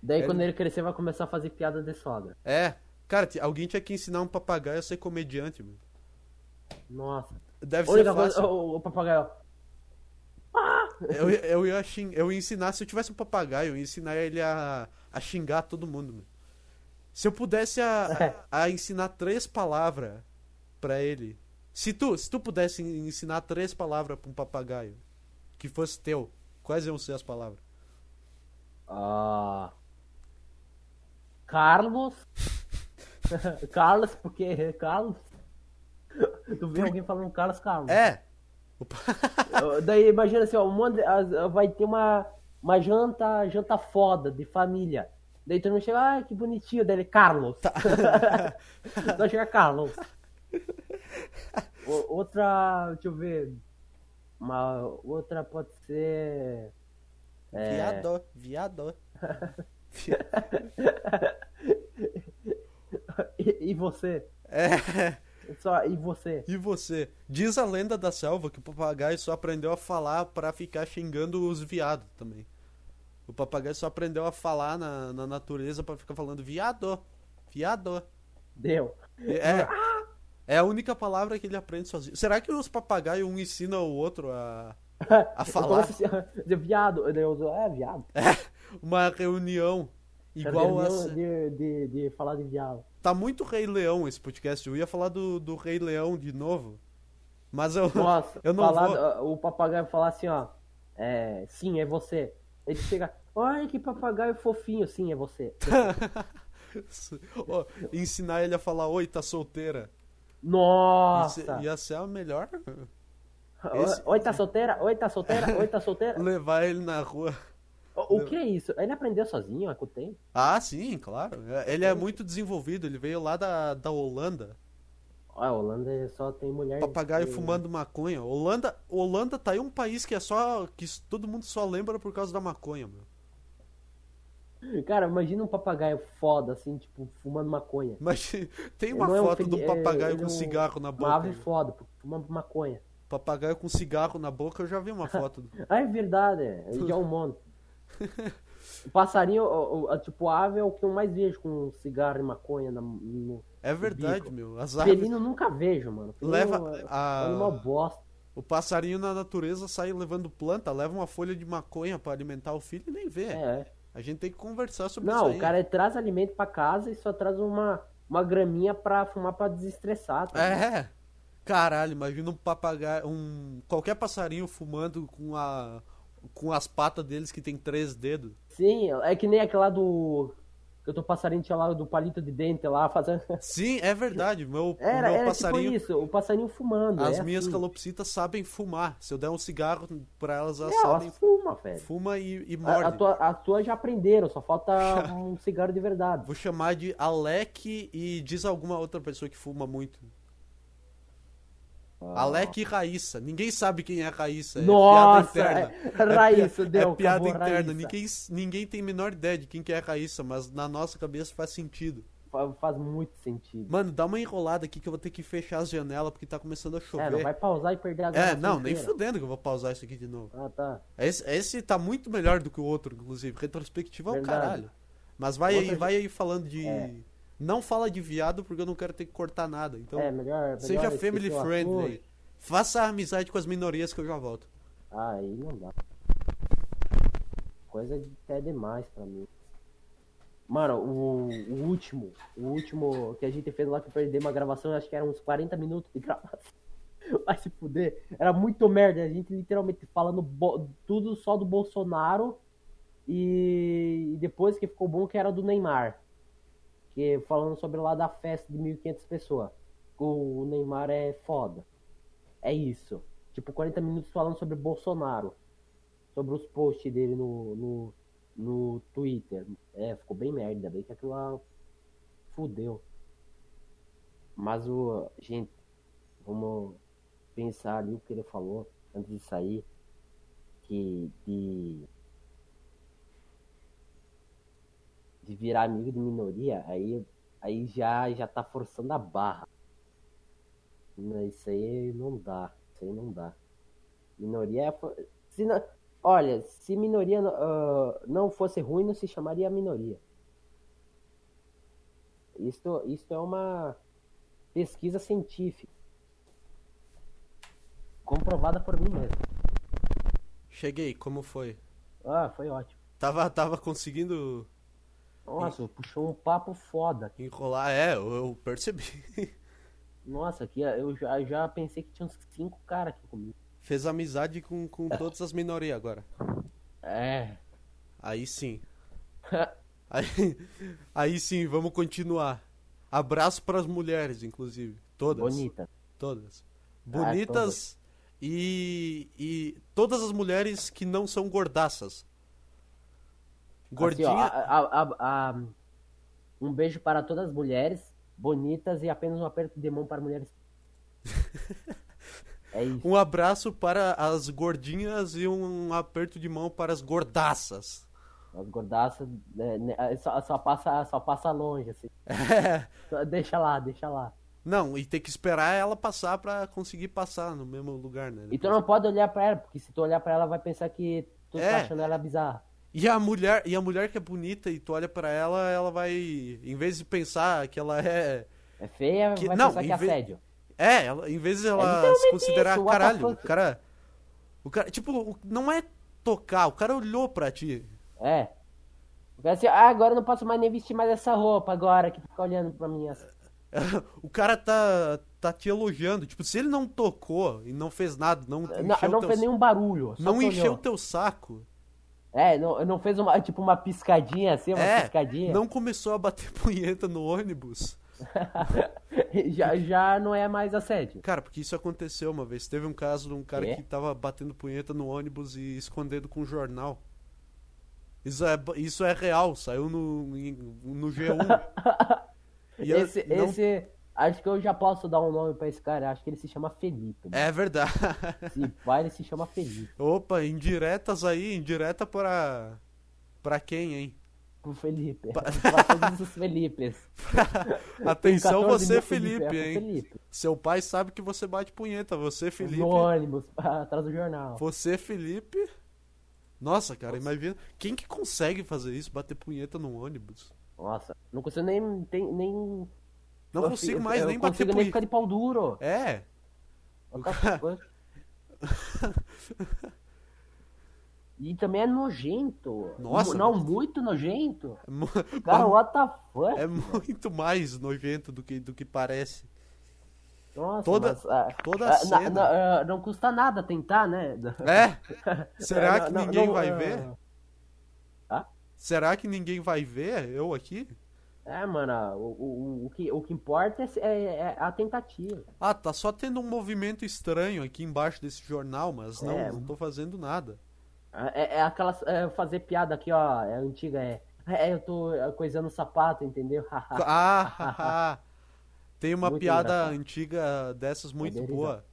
Speaker 2: Daí quando ele crescer vai começar a fazer piada de sogra.
Speaker 1: É. Cara, ti- alguém tinha que ensinar um papagaio a ser comediante, meu.
Speaker 2: Nossa.
Speaker 1: Deve
Speaker 2: A
Speaker 1: ser
Speaker 2: única
Speaker 1: fácil.
Speaker 2: coisa, o, o papagaio.
Speaker 1: Eu, eu, ia xing- eu ia ensinar, se eu tivesse um papagaio, eu ia ensinar ele a, a xingar todo mundo. Meu. Se eu pudesse a, a, a ensinar três palavras pra ele. Se tu, se tu pudesse en- ensinar três palavras pra um papagaio que fosse teu, quais iam ser as palavras?
Speaker 2: Ah. Carlos. Carlos, porque. Carlos. Tu vê alguém falando Carlos Carlos.
Speaker 1: É! O pa-
Speaker 2: Ah, Daí imagina assim, ó, um monte de- as- ah, vai ter uma, uma janta, janta foda de família. Daí todo mundo chega, ah, que bonitinho dele, Carlos. Só chega Carlos. O- outra, deixa eu ver. Uma outra pode ser.
Speaker 1: Viado, viado.
Speaker 2: E, e você?
Speaker 1: É.
Speaker 2: Só, e você?
Speaker 1: E você? Diz a lenda da selva que o papagaio só aprendeu a falar pra ficar xingando os viados também. O papagaio só aprendeu a falar na, na natureza pra ficar falando viado, viado.
Speaker 2: Deu.
Speaker 1: É, é a única palavra que ele aprende sozinho. Será que os papagaios um ensina o outro a, a
Speaker 2: Eu
Speaker 1: falar?
Speaker 2: começo assim, de viado. Daí eu sou, é viado.
Speaker 1: Uma reunião igual
Speaker 2: Reunião
Speaker 1: essa.
Speaker 2: de, de, de falar de viado.
Speaker 1: Tá muito Rei Leão esse podcast. Eu ia falar do, do Rei Leão de novo, mas eu,
Speaker 2: Nossa,
Speaker 1: eu não
Speaker 2: falar-
Speaker 1: vou.
Speaker 2: o papagaio falar assim, ó. É, sim, é você. Ele chega, olha que papagaio fofinho, sim, é você.
Speaker 1: Ó, ensinar ele a falar, oi, tá solteira. Ia
Speaker 2: Nossa!
Speaker 1: ser- Ia ser a melhor. esse-
Speaker 2: Oi, tá solteira? Oi, tá solteira? Oi, tá solteira?
Speaker 1: Levar ele na rua.
Speaker 2: O, o que é isso? Ele aprendeu sozinho há quanto tempo?
Speaker 1: Ah, sim, claro. Ele é muito desenvolvido, ele veio lá da, da Holanda.
Speaker 2: Ah, a Holanda só tem mulher.
Speaker 1: Papagaio
Speaker 2: tem-
Speaker 1: fumando maconha. Holanda, Holanda tá aí um país que é só. que s- todo mundo só lembra por causa da maconha, meu.
Speaker 2: Cara, imagina um papagaio foda, assim, tipo, fumando maconha.
Speaker 1: Mas tem uma
Speaker 2: Não é um
Speaker 1: foto de um
Speaker 2: fini- é,
Speaker 1: papagaio
Speaker 2: ele
Speaker 1: com
Speaker 2: é um-
Speaker 1: cigarro na
Speaker 2: Uma
Speaker 1: boca.
Speaker 2: ave
Speaker 1: meu.
Speaker 2: foda, pô, fumando maconha.
Speaker 1: Papagaio com cigarro na boca, eu já vi uma foto.
Speaker 2: Ah, é verdade, é já é um mono. O passarinho, o- o- a- tipo, a ave é o que eu mais vejo com cigarro e maconha na, no.
Speaker 1: É verdade, meu. As aves.
Speaker 2: Felino eu nunca vejo, mano. Felino
Speaker 1: Leva
Speaker 2: é-
Speaker 1: a-
Speaker 2: é uma bosta.
Speaker 1: O passarinho na natureza sai levando planta, leva uma folha de maconha pra alimentar o filho e nem vê.
Speaker 2: É.
Speaker 1: A gente tem que conversar sobre isso
Speaker 2: Não,
Speaker 1: aí.
Speaker 2: o cara traz alimento pra casa e só traz uma, uma graminha pra fumar pra desestressar. tá ligado?
Speaker 1: É. Caralho, imagina um papagaio, um qualquer passarinho fumando com a com as patas deles que tem três dedos.
Speaker 2: Sim, é que nem aquela do. Que eu tô passarinho tinha lá do palito de dente lá fazendo.
Speaker 1: Sim, é verdade. Meu, o
Speaker 2: Era,
Speaker 1: meu
Speaker 2: era
Speaker 1: passarinho,
Speaker 2: tipo isso, o passarinho fumando.
Speaker 1: as
Speaker 2: é
Speaker 1: minhas
Speaker 2: assim.
Speaker 1: calopsitas sabem fumar. Se eu der um cigarro pra elas, elas
Speaker 2: É,
Speaker 1: sabem
Speaker 2: elas fumam, velho.
Speaker 1: fuma e, e morde.
Speaker 2: A, a tua, a tua já aprenderam, só falta um cigarro de verdade.
Speaker 1: Vou chamar de Alec e diz alguma outra pessoa que fuma muito.
Speaker 2: Ah.
Speaker 1: Alec e Raíssa. Ninguém sabe quem é a Raíssa. Ah. É
Speaker 2: Nossa,
Speaker 1: piada interna.
Speaker 2: é- Raíssa,
Speaker 1: é, pi-
Speaker 2: deu,
Speaker 1: é piada
Speaker 2: acabou,
Speaker 1: interna.
Speaker 2: Raíssa.
Speaker 1: Ninguém, ninguém tem a menor ideia de quem que é a Raíssa, mas na nossa cabeça faz sentido.
Speaker 2: Fa- Faz muito sentido.
Speaker 1: Mano, dá uma enrolada aqui que eu vou ter que fechar as janelas porque tá começando a
Speaker 2: É,
Speaker 1: chover.
Speaker 2: não vai pausar e perder a
Speaker 1: É,
Speaker 2: gravação
Speaker 1: não, nem
Speaker 2: inteira.
Speaker 1: fudendo que eu vou pausar isso aqui de novo.
Speaker 2: Ah, tá.
Speaker 1: Esse, esse tá muito melhor do que o outro, inclusive. Retrospectiva é um
Speaker 2: Verdade.
Speaker 1: caralho. Mas vai
Speaker 2: Outra
Speaker 1: aí,
Speaker 2: de-
Speaker 1: vai aí falando de.
Speaker 2: É.
Speaker 1: Não fala de viado porque eu não quero ter que cortar nada. Então,
Speaker 2: é, melhor, melhor
Speaker 1: seja
Speaker 2: esquecer
Speaker 1: family
Speaker 2: o
Speaker 1: friendly.
Speaker 2: assunto.
Speaker 1: aí. Faça amizade com as minorias que eu já volto.
Speaker 2: Ah, Aí não dá. Coisa de- até demais pra mim. Mano, o, o último, o último que a gente fez lá que eu perdi uma gravação, acho que era uns 40 minutos de gravação. Vai se fuder. Era muito merda. A gente literalmente falando bo- tudo só do Bolsonaro. E, e depois que ficou bom que era do Neymar. Que falando sobre lá da festa de 1.500 pessoas. O Neymar é foda. É isso. Tipo, 40 minutos falando sobre Bolsonaro. Sobre os posts dele no, no, no Twitter. É, ficou bem merda. ainda Bem que aquilo lá fudeu. Mas o. Gente, vamos pensar ali o que ele falou antes de sair. Que de. De virar amigo de minoria, aí, aí já, já tá forçando a barra. Não, Isso aí não dá. Isso aí não dá. Minoria é. fo- Se não- Olha, se minoria ah, não fosse ruim, não se chamaria minoria. Isto, isto é uma pesquisa científica. Comprovada por mim mesmo.
Speaker 1: Cheguei, como foi?
Speaker 2: Ah, foi ótimo.
Speaker 1: Tava, tava conseguindo
Speaker 2: Nossa, puxou um papo foda. aqui.
Speaker 1: enrolar. É, eu, eu percebi.
Speaker 2: Nossa, aqui eu já, já pensei que tinha uns cinco caras aqui comigo.
Speaker 1: Fez amizade com, com todas as minorias agora.
Speaker 2: É.
Speaker 1: Aí sim. Aí, aí sim, vamos continuar. Abraço pras mulheres, inclusive. Todas.
Speaker 2: Bonita.
Speaker 1: Todas.
Speaker 2: Ah,
Speaker 1: Bonitas e, e todas as mulheres que não são gordaças.
Speaker 2: Assim, ó,
Speaker 1: Gordinha.
Speaker 2: a- a- a- a- um beijo para todas as mulheres bonitas e apenas um aperto de mão para mulheres. é isso.
Speaker 1: Um abraço para as gordinhas e um aperto de mão para as gordaças.
Speaker 2: As gordaças né, né, só, só passa, só passa longe, assim. Só Deixa lá, deixa lá.
Speaker 1: Não, e tem que esperar ela passar pra conseguir passar no mesmo lugar, né?
Speaker 2: E tu não pode olhar para ela, porque se tu olhar para ela, vai pensar que tu
Speaker 1: É.
Speaker 2: tá achando ela bizarra.
Speaker 1: E a mulher, e a mulher que é bonita e tu olha pra ela, ela vai, em vez de pensar que ela é,
Speaker 2: É feia,
Speaker 1: Que-
Speaker 2: vai
Speaker 1: não,
Speaker 2: pensar que
Speaker 1: em
Speaker 2: é
Speaker 1: vez-
Speaker 2: assédio.
Speaker 1: é, ela, em vez de ela
Speaker 2: literalmente
Speaker 1: se considerar
Speaker 2: isso, what the
Speaker 1: caralho, o
Speaker 2: fuck?
Speaker 1: cara, o cara, tipo, o- não é tocar, o cara olhou pra ti.
Speaker 2: É. Porque assim, ah, agora eu não posso mais nem vestir mais essa roupa agora, que tu fica olhando pra mim assim.
Speaker 1: O cara tá tá te elogiando, tipo, se ele não tocou e não fez nada, não
Speaker 2: Não,
Speaker 1: encheu
Speaker 2: não
Speaker 1: teu-
Speaker 2: fez nenhum barulho. só
Speaker 1: não
Speaker 2: tu
Speaker 1: encheu
Speaker 2: olhou.
Speaker 1: teu saco,
Speaker 2: É, não, não fez uma, tipo, uma piscadinha assim, uma
Speaker 1: É,
Speaker 2: piscadinha.
Speaker 1: Não começou a bater punheta no ônibus.
Speaker 2: já, já não é mais assédio.
Speaker 1: Cara, porque isso aconteceu uma vez. Teve um caso de um cara
Speaker 2: É?
Speaker 1: que tava batendo punheta no ônibus e escondendo com um jornal. Isso é, isso é real, saiu no, em- no G1. E eu
Speaker 2: Esse,
Speaker 1: não-
Speaker 2: esse, acho que eu já posso dar um nome pra esse cara, acho que ele se chama Felipe. né?
Speaker 1: É verdade.
Speaker 2: Se vai, ele se chama Felipe.
Speaker 1: Opa, indiretas aí, indireta para para quem, hein?
Speaker 2: Pro Felipe. pra todos os Felipes.
Speaker 1: Atenção
Speaker 2: 14
Speaker 1: você,
Speaker 2: mil Felipe,
Speaker 1: Felipe,
Speaker 2: é pro
Speaker 1: hein?
Speaker 2: Felipe.
Speaker 1: Seu pai sabe que você bate punheta, você, Felipe.
Speaker 2: No ônibus, atrás do jornal.
Speaker 1: Você, Felipe. Nossa, cara, imagina. Quem que consegue fazer isso? Bater punheta num ônibus?
Speaker 2: Nossa, não consigo nem. tem- nem
Speaker 1: Não
Speaker 2: eu-
Speaker 1: consigo
Speaker 2: eu-
Speaker 1: mais
Speaker 2: eu
Speaker 1: nem
Speaker 2: consigo
Speaker 1: bater
Speaker 2: nem ficar
Speaker 1: punheta.
Speaker 2: de pau duro.
Speaker 1: É.
Speaker 2: Eu cato- E também é nojento.
Speaker 1: Nossa,
Speaker 2: Não,
Speaker 1: mano.
Speaker 2: muito nojento.
Speaker 1: É mu-
Speaker 2: Cara, what the fuck?
Speaker 1: É muito mais nojento do que, do que parece.
Speaker 2: Nossa,
Speaker 1: toda-
Speaker 2: mas, ah,
Speaker 1: toda
Speaker 2: ah,
Speaker 1: cena.
Speaker 2: na- na- ah, não custa nada tentar, né?
Speaker 1: É? Será
Speaker 2: É,
Speaker 1: que
Speaker 2: não-
Speaker 1: ninguém
Speaker 2: não,
Speaker 1: vai
Speaker 2: ah,
Speaker 1: ver?
Speaker 2: Hã?
Speaker 1: Será que ninguém vai ver eu aqui?
Speaker 2: É, mano, ah, o, o, o, que, o que importa é, se- é- é a tentativa.
Speaker 1: Ah, tá só tendo um movimento estranho aqui embaixo desse jornal, mas não,
Speaker 2: É.
Speaker 1: não tô fazendo nada.
Speaker 2: Ah, É, é aquelas. é, fazer piada aqui, ó, é antiga, é. É, eu tô ah, coisando o sapato, entendeu?
Speaker 1: Ah, haha. tem uma
Speaker 2: Muito
Speaker 1: piada
Speaker 2: engraçado.
Speaker 1: antiga dessas muito
Speaker 2: dei
Speaker 1: boa,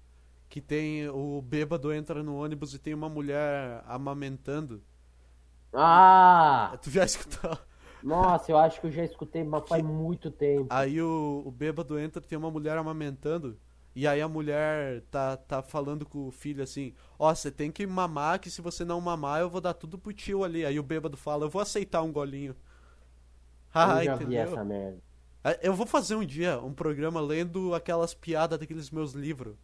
Speaker 1: que tem o bêbado entra no ônibus e tem uma mulher amamentando.
Speaker 2: ah!
Speaker 1: Tu já escutou?
Speaker 2: Nossa, eu acho que eu já escutei, mas faz muito tempo.
Speaker 1: Aí o, o bêbado entra, tem uma mulher amamentando, e aí a mulher tá, tá falando com o filho assim, ó, você tem que mamar, que se você não mamar, eu vou dar tudo pro tio ali. Aí o bêbado fala, eu vou aceitar um golinho. Ah,
Speaker 2: eu já vi
Speaker 1: entendeu?
Speaker 2: essa merda.
Speaker 1: Ah, Eu vou fazer um dia um programa lendo aquelas piadas daqueles meus livros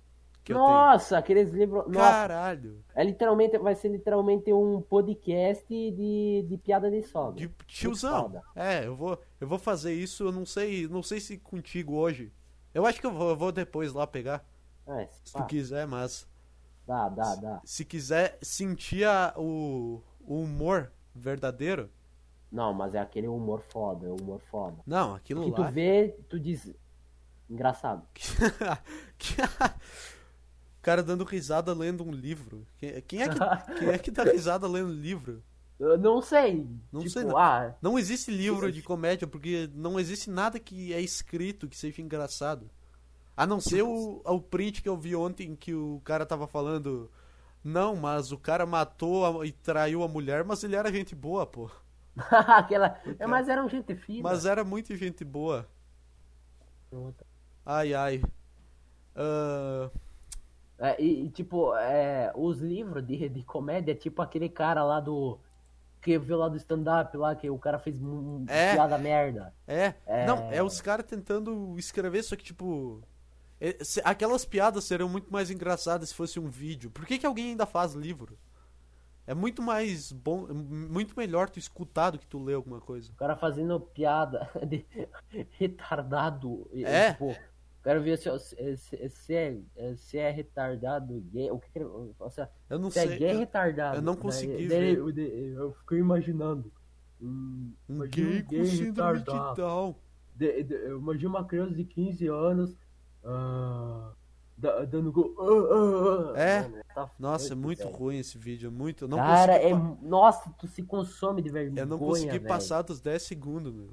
Speaker 1: que eu tenho.
Speaker 2: Nossa, aqueles livros. Nossa,
Speaker 1: Caralho.
Speaker 2: é literalmente, vai ser literalmente um podcast de, de piada de sogra.
Speaker 1: De tiozão.
Speaker 2: foda.
Speaker 1: É, eu vou, eu vou fazer isso, eu não sei, não sei se contigo hoje. Eu acho que eu vou, eu vou depois lá pegar,
Speaker 2: Ah, é, se
Speaker 1: se
Speaker 2: pá,
Speaker 1: tu quiser, mas
Speaker 2: dá, dá, dá.
Speaker 1: se quiser sentir a- o, o humor verdadeiro,
Speaker 2: Não, mas é aquele humor foda, é um humor foda.
Speaker 1: não, aquilo
Speaker 2: Que tu
Speaker 1: lá.
Speaker 2: vê, tu diz. Engraçado.
Speaker 1: que- o cara dando risada lendo um livro. Quem, quem é que, quem é que dá risada lendo livro?
Speaker 2: Eu não sei.
Speaker 1: Não
Speaker 2: tipo,
Speaker 1: sei, não.
Speaker 2: Ah,
Speaker 1: Não existe livro de comédia porque não existe nada que é escrito que seja engraçado. A não ser o, o print que eu vi ontem que o cara tava falando. Não, mas o cara matou a- e traiu a mulher, mas ele era gente boa, pô.
Speaker 2: aquela. É, mas era um gente fina.
Speaker 1: Mas era muito gente boa. Ai, ai. Ah,
Speaker 2: É, e, e, tipo, é, os livros de, de comédia, tipo aquele cara lá do. Que viu lá do stand-up lá, que o cara fez um,
Speaker 1: É.
Speaker 2: piada merda.
Speaker 1: é.
Speaker 2: É.
Speaker 1: Não, é os caras tentando escrever, só que tipo. é- se- Aquelas piadas seriam muito mais engraçadas se fosse um vídeo. Por que, que alguém ainda faz livro? É muito mais bom, é muito melhor tu escutar do que tu ler alguma coisa.
Speaker 2: O cara fazendo piada de retardado. E,
Speaker 1: É.
Speaker 2: Tipo, o cara viu assim, ó, se, se- se é, se é retardado gay. O que que ele. ou seja,
Speaker 1: Eu não
Speaker 2: se é
Speaker 1: sei.
Speaker 2: gay retardado.
Speaker 1: eu não
Speaker 2: Daí-
Speaker 1: consegui
Speaker 2: daí
Speaker 1: ver.
Speaker 2: eu- de- eu fiquei imaginando. Hum,
Speaker 1: um
Speaker 2: imagina
Speaker 1: gay com síndrome de Down.
Speaker 2: de, de, eu imagino uma criança de 15 anos ah, da- dando gol. ah, ah, ah.
Speaker 1: É.
Speaker 2: Mano, tá
Speaker 1: Nossa, é
Speaker 2: doido,
Speaker 1: muito
Speaker 2: velho.
Speaker 1: ruim esse vídeo, é muito. Eu não
Speaker 2: Cara,
Speaker 1: consegui
Speaker 2: é,
Speaker 1: pa-
Speaker 2: nossa, tu se consome de vergonha.
Speaker 1: eu não consegui
Speaker 2: velho.
Speaker 1: passar dos 10 segundos, meu.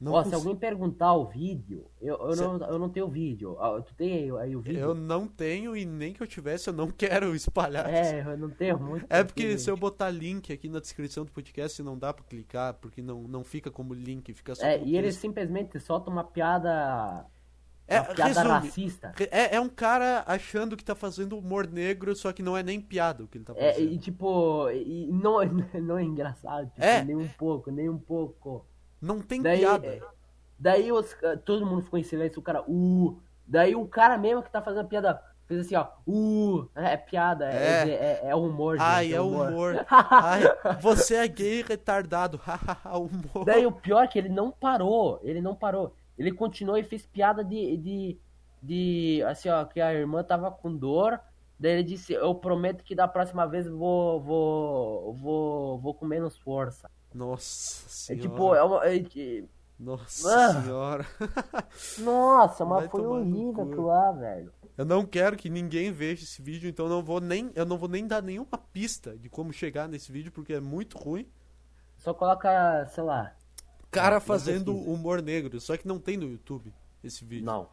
Speaker 1: Não
Speaker 2: Ó, se
Speaker 1: consigo-
Speaker 2: alguém perguntar o vídeo, eu, eu,
Speaker 1: Cê-
Speaker 2: não, eu não tenho o vídeo. Ah, Tu tem aí, aí o vídeo?
Speaker 1: Eu não tenho e nem que eu tivesse, eu não quero espalhar.
Speaker 2: É, eu não tenho muito.
Speaker 1: É porque
Speaker 2: aqui,
Speaker 1: se eu botar link aqui na descrição do podcast, não dá pra clicar, porque não, não fica como link, fica só
Speaker 2: É,
Speaker 1: como
Speaker 2: e ele
Speaker 1: texto.
Speaker 2: simplesmente solta uma piada.
Speaker 1: É,
Speaker 2: uma piada
Speaker 1: resume.
Speaker 2: racista.
Speaker 1: Re- É, é um cara achando que tá fazendo humor negro, só que não é nem piada o que ele tá
Speaker 2: É,
Speaker 1: fazendo.
Speaker 2: e tipo, e não, não é engraçado, tipo,
Speaker 1: É.
Speaker 2: nem um pouco, nem um pouco.
Speaker 1: Não tem
Speaker 2: Daí, é,
Speaker 1: piada.
Speaker 2: Daí os- ah, todo mundo ficou em silêncio, o cara, uh. Daí o cara mesmo que tá fazendo a piada fez assim, ó, uh. É, é piada, é,
Speaker 1: É.
Speaker 2: é, é, é humor.
Speaker 1: Ai,
Speaker 2: gente,
Speaker 1: é humor. Ai, você é gay retardado. Hahaha, humor.
Speaker 2: Daí o pior é que ele não parou, ele não parou. Ele continuou e fez piada de. de, de assim, ó, que a irmã tava com dor. Daí ele disse, eu prometo que da próxima vez vou, vou, vou, vou com menos força.
Speaker 1: Nossa
Speaker 2: É
Speaker 1: senhora.
Speaker 2: tipo, é uma, é que-
Speaker 1: Nossa
Speaker 2: Ah.
Speaker 1: senhora.
Speaker 2: nossa,
Speaker 1: Vai
Speaker 2: mas foi
Speaker 1: tomar no cu.
Speaker 2: horrível aquilo lá, velho.
Speaker 1: Eu não quero que ninguém veja esse vídeo, então eu não vou nem, eu não vou nem dar nenhuma pista de como chegar nesse vídeo, porque é muito ruim.
Speaker 2: Só coloca, sei lá,
Speaker 1: Cara
Speaker 2: Não
Speaker 1: fazendo
Speaker 2: pesquisa.
Speaker 1: humor negro, só que não tem no YouTube esse vídeo.
Speaker 2: não.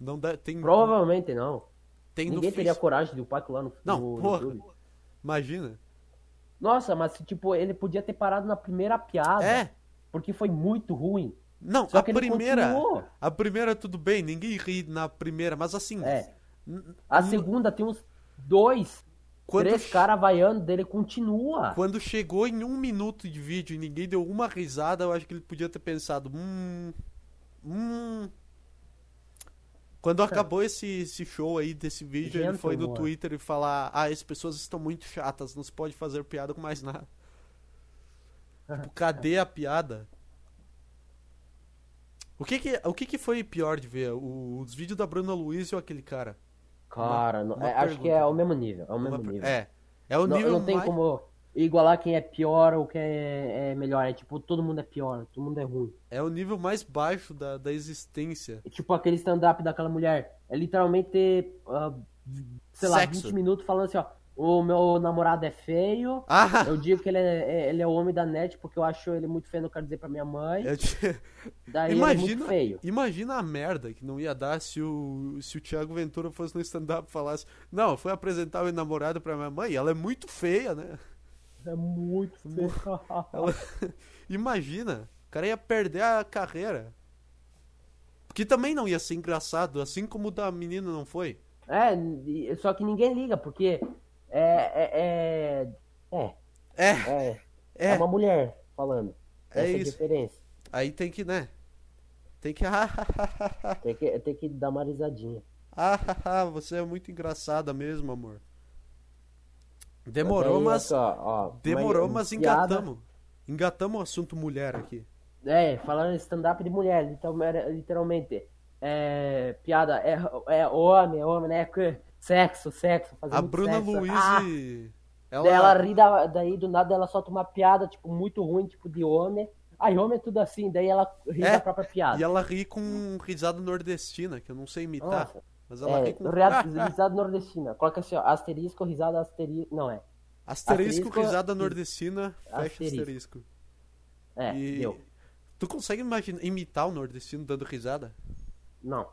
Speaker 1: Não dá, tem,
Speaker 2: Provavelmente não.
Speaker 1: tem no
Speaker 2: Ninguém teria
Speaker 1: Facebook.
Speaker 2: coragem de upar aquilo lá no,
Speaker 1: Não,
Speaker 2: no
Speaker 1: porra.
Speaker 2: YouTube.
Speaker 1: Imagina.
Speaker 2: Nossa, mas tipo, ele podia ter parado na primeira piada.
Speaker 1: É.
Speaker 2: Porque foi muito ruim.
Speaker 1: Não,
Speaker 2: Só
Speaker 1: a
Speaker 2: que ele
Speaker 1: primeira.
Speaker 2: continuou.
Speaker 1: A primeira tudo bem, ninguém ri na primeira, mas assim,
Speaker 2: É.
Speaker 1: n-
Speaker 2: A segunda tem uns dois,
Speaker 1: quando,
Speaker 2: três caras vaiando dele, continua.
Speaker 1: quando chegou em um minuto de vídeo e ninguém deu uma risada, eu acho que ele podia ter pensado, hum, hum.
Speaker 2: Tá.
Speaker 1: Quando acabou esse, esse show aí desse vídeo, ele
Speaker 2: Gente,
Speaker 1: foi no
Speaker 2: amor.
Speaker 1: Twitter e falar, ah, as pessoas estão muito chatas, não se pode fazer piada com mais nada. Tipo, cadê a piada? O que que, o que que foi pior de ver? O- os vídeos da Bruna Luiz ou aquele cara?
Speaker 2: Cara, não-
Speaker 1: uma
Speaker 2: é, acho que
Speaker 1: pergunta.
Speaker 2: é o mesmo nível. É o mesmo
Speaker 1: Uma per-
Speaker 2: nível.
Speaker 1: É. É o
Speaker 2: não,
Speaker 1: nível
Speaker 2: não tem
Speaker 1: mais...
Speaker 2: como igualar quem é pior ou quem é, é melhor. É tipo, todo mundo é pior, todo mundo é ruim.
Speaker 1: É o nível mais baixo da, da existência.
Speaker 2: É tipo aquele stand-up daquela mulher. É literalmente, ah, sei lá,
Speaker 1: Sexo.
Speaker 2: 20 minutos falando assim, ó. O meu namorado é feio.
Speaker 1: Ah!
Speaker 2: Eu digo que ele é, é- ele é o homem da net porque eu acho ele muito feio, não quero dizer pra minha mãe.
Speaker 1: eu te-
Speaker 2: Daí ele é
Speaker 1: imagina,
Speaker 2: muito feio.
Speaker 1: imagina a merda que não ia dar se o, se o Thiago Ventura fosse no stand-up e falasse: Não, eu fui apresentar o namorado pra minha mãe, ela é muito feia, né?
Speaker 2: É muito feio.
Speaker 1: Ela- Imagina, o cara ia perder a carreira. Que também não ia ser engraçado, assim como o da menina não foi.
Speaker 2: É, e- só que ninguém liga, porque é. É. É.
Speaker 1: É,
Speaker 2: É, é,
Speaker 1: é,
Speaker 2: uma mulher falando.
Speaker 1: É
Speaker 2: Essa é a
Speaker 1: isso.
Speaker 2: diferença.
Speaker 1: aí tem que, né? Tem que.
Speaker 2: Tem que, tem que dar uma risadinha.
Speaker 1: Ah, haha, você é muito engraçada mesmo, amor. Demorou,
Speaker 2: Daí,
Speaker 1: mas
Speaker 2: ó, ó,
Speaker 1: demorou,
Speaker 2: uma-
Speaker 1: mas
Speaker 2: é, piada.
Speaker 1: engatamos. Engatamos o assunto mulher aqui.
Speaker 2: É, falando em stand-up de mulher, literal- era- literalmente. É, piada, é, é homem, é homem, né? Que- Sexo, sexo, fazer
Speaker 1: A
Speaker 2: muito
Speaker 1: Bruna
Speaker 2: sexo.
Speaker 1: Luiz,
Speaker 2: Ah,
Speaker 1: ela,
Speaker 2: Daí ela ri da- daí do nada ela solta uma piada, tipo, muito ruim, tipo, de homem. Aí homem é tudo assim, daí ela ri
Speaker 1: É,
Speaker 2: da própria piada.
Speaker 1: e tá, ela ri com risada nordestina, que eu não sei imitar,
Speaker 2: Nossa.
Speaker 1: mas ela
Speaker 2: É,
Speaker 1: ri com
Speaker 2: rea- risada nordestina. Coloca assim, ó, asterisco, risada, asterisco. Não, é.
Speaker 1: asterisco,
Speaker 2: asterisco,
Speaker 1: risada
Speaker 2: e-
Speaker 1: nordestina, fecha
Speaker 2: asterisco.
Speaker 1: asterisco.
Speaker 2: É,
Speaker 1: E
Speaker 2: deu.
Speaker 1: tu consegue imaginar imitar o nordestino dando risada?
Speaker 2: Não.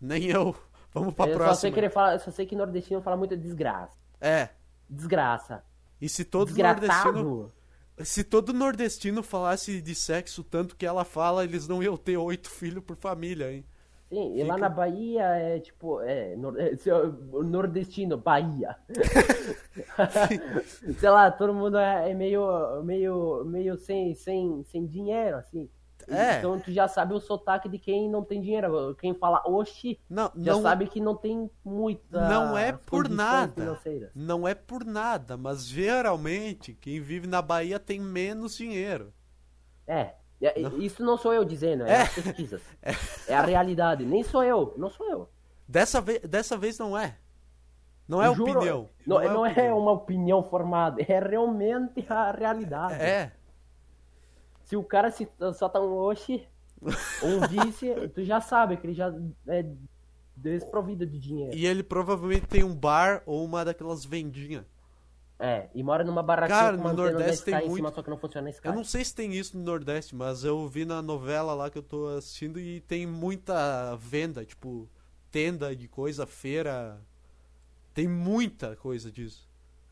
Speaker 1: Nem eu. Vamos pra
Speaker 2: eu só sei
Speaker 1: próxima.
Speaker 2: que ele fala, eu só sei que nordestino fala muito desgraça.
Speaker 1: É.
Speaker 2: Desgraça.
Speaker 1: E se todo nordestino
Speaker 2: Desgraçado.
Speaker 1: Se todo nordestino falasse de sexo tanto que ela fala, eles não iam ter oito filhos por família, hein?
Speaker 2: Sim, e lá
Speaker 1: Fica-
Speaker 2: na Bahia é tipo, é, nor- é, se- o nordestino, Bahia. Sei lá, todo mundo é, é meio, meio, meio sem, sem, sem dinheiro, assim.
Speaker 1: É.
Speaker 2: Então tu já sabe o sotaque de quem não tem dinheiro. Quem fala oxi,
Speaker 1: Não,
Speaker 2: já
Speaker 1: não,
Speaker 2: sabe que não tem muita.
Speaker 1: não é por nada.
Speaker 2: Financeiras.
Speaker 1: Não é por nada, mas geralmente quem vive na Bahia tem menos dinheiro.
Speaker 2: É. é,
Speaker 1: Não.
Speaker 2: Isso não sou eu dizendo,
Speaker 1: É.
Speaker 2: é, as pesquisas. É. a realidade. Nem sou eu, não sou eu.
Speaker 1: Dessa vez, dessa vez não é. Não é
Speaker 2: Juro,
Speaker 1: opinião.
Speaker 2: Não, não, é,
Speaker 1: opinião.
Speaker 2: uma opinião formada, é realmente a realidade.
Speaker 1: É.
Speaker 2: Se o cara se, só tá um oxi, um vice, tu já sabe que ele já é desprovido de dinheiro.
Speaker 1: E ele provavelmente tem um bar ou uma daquelas vendinhas.
Speaker 2: É, e mora numa barraquinha
Speaker 1: Cara,
Speaker 2: com
Speaker 1: no
Speaker 2: uma antena da
Speaker 1: Nordeste tem
Speaker 2: Sky em
Speaker 1: muito.
Speaker 2: cima, só que não funciona a Sky.
Speaker 1: Eu não sei se tem isso no Nordeste, mas eu vi na novela lá que eu tô assistindo e tem muita venda, tipo, tenda de coisa, feira. Tem muita coisa disso.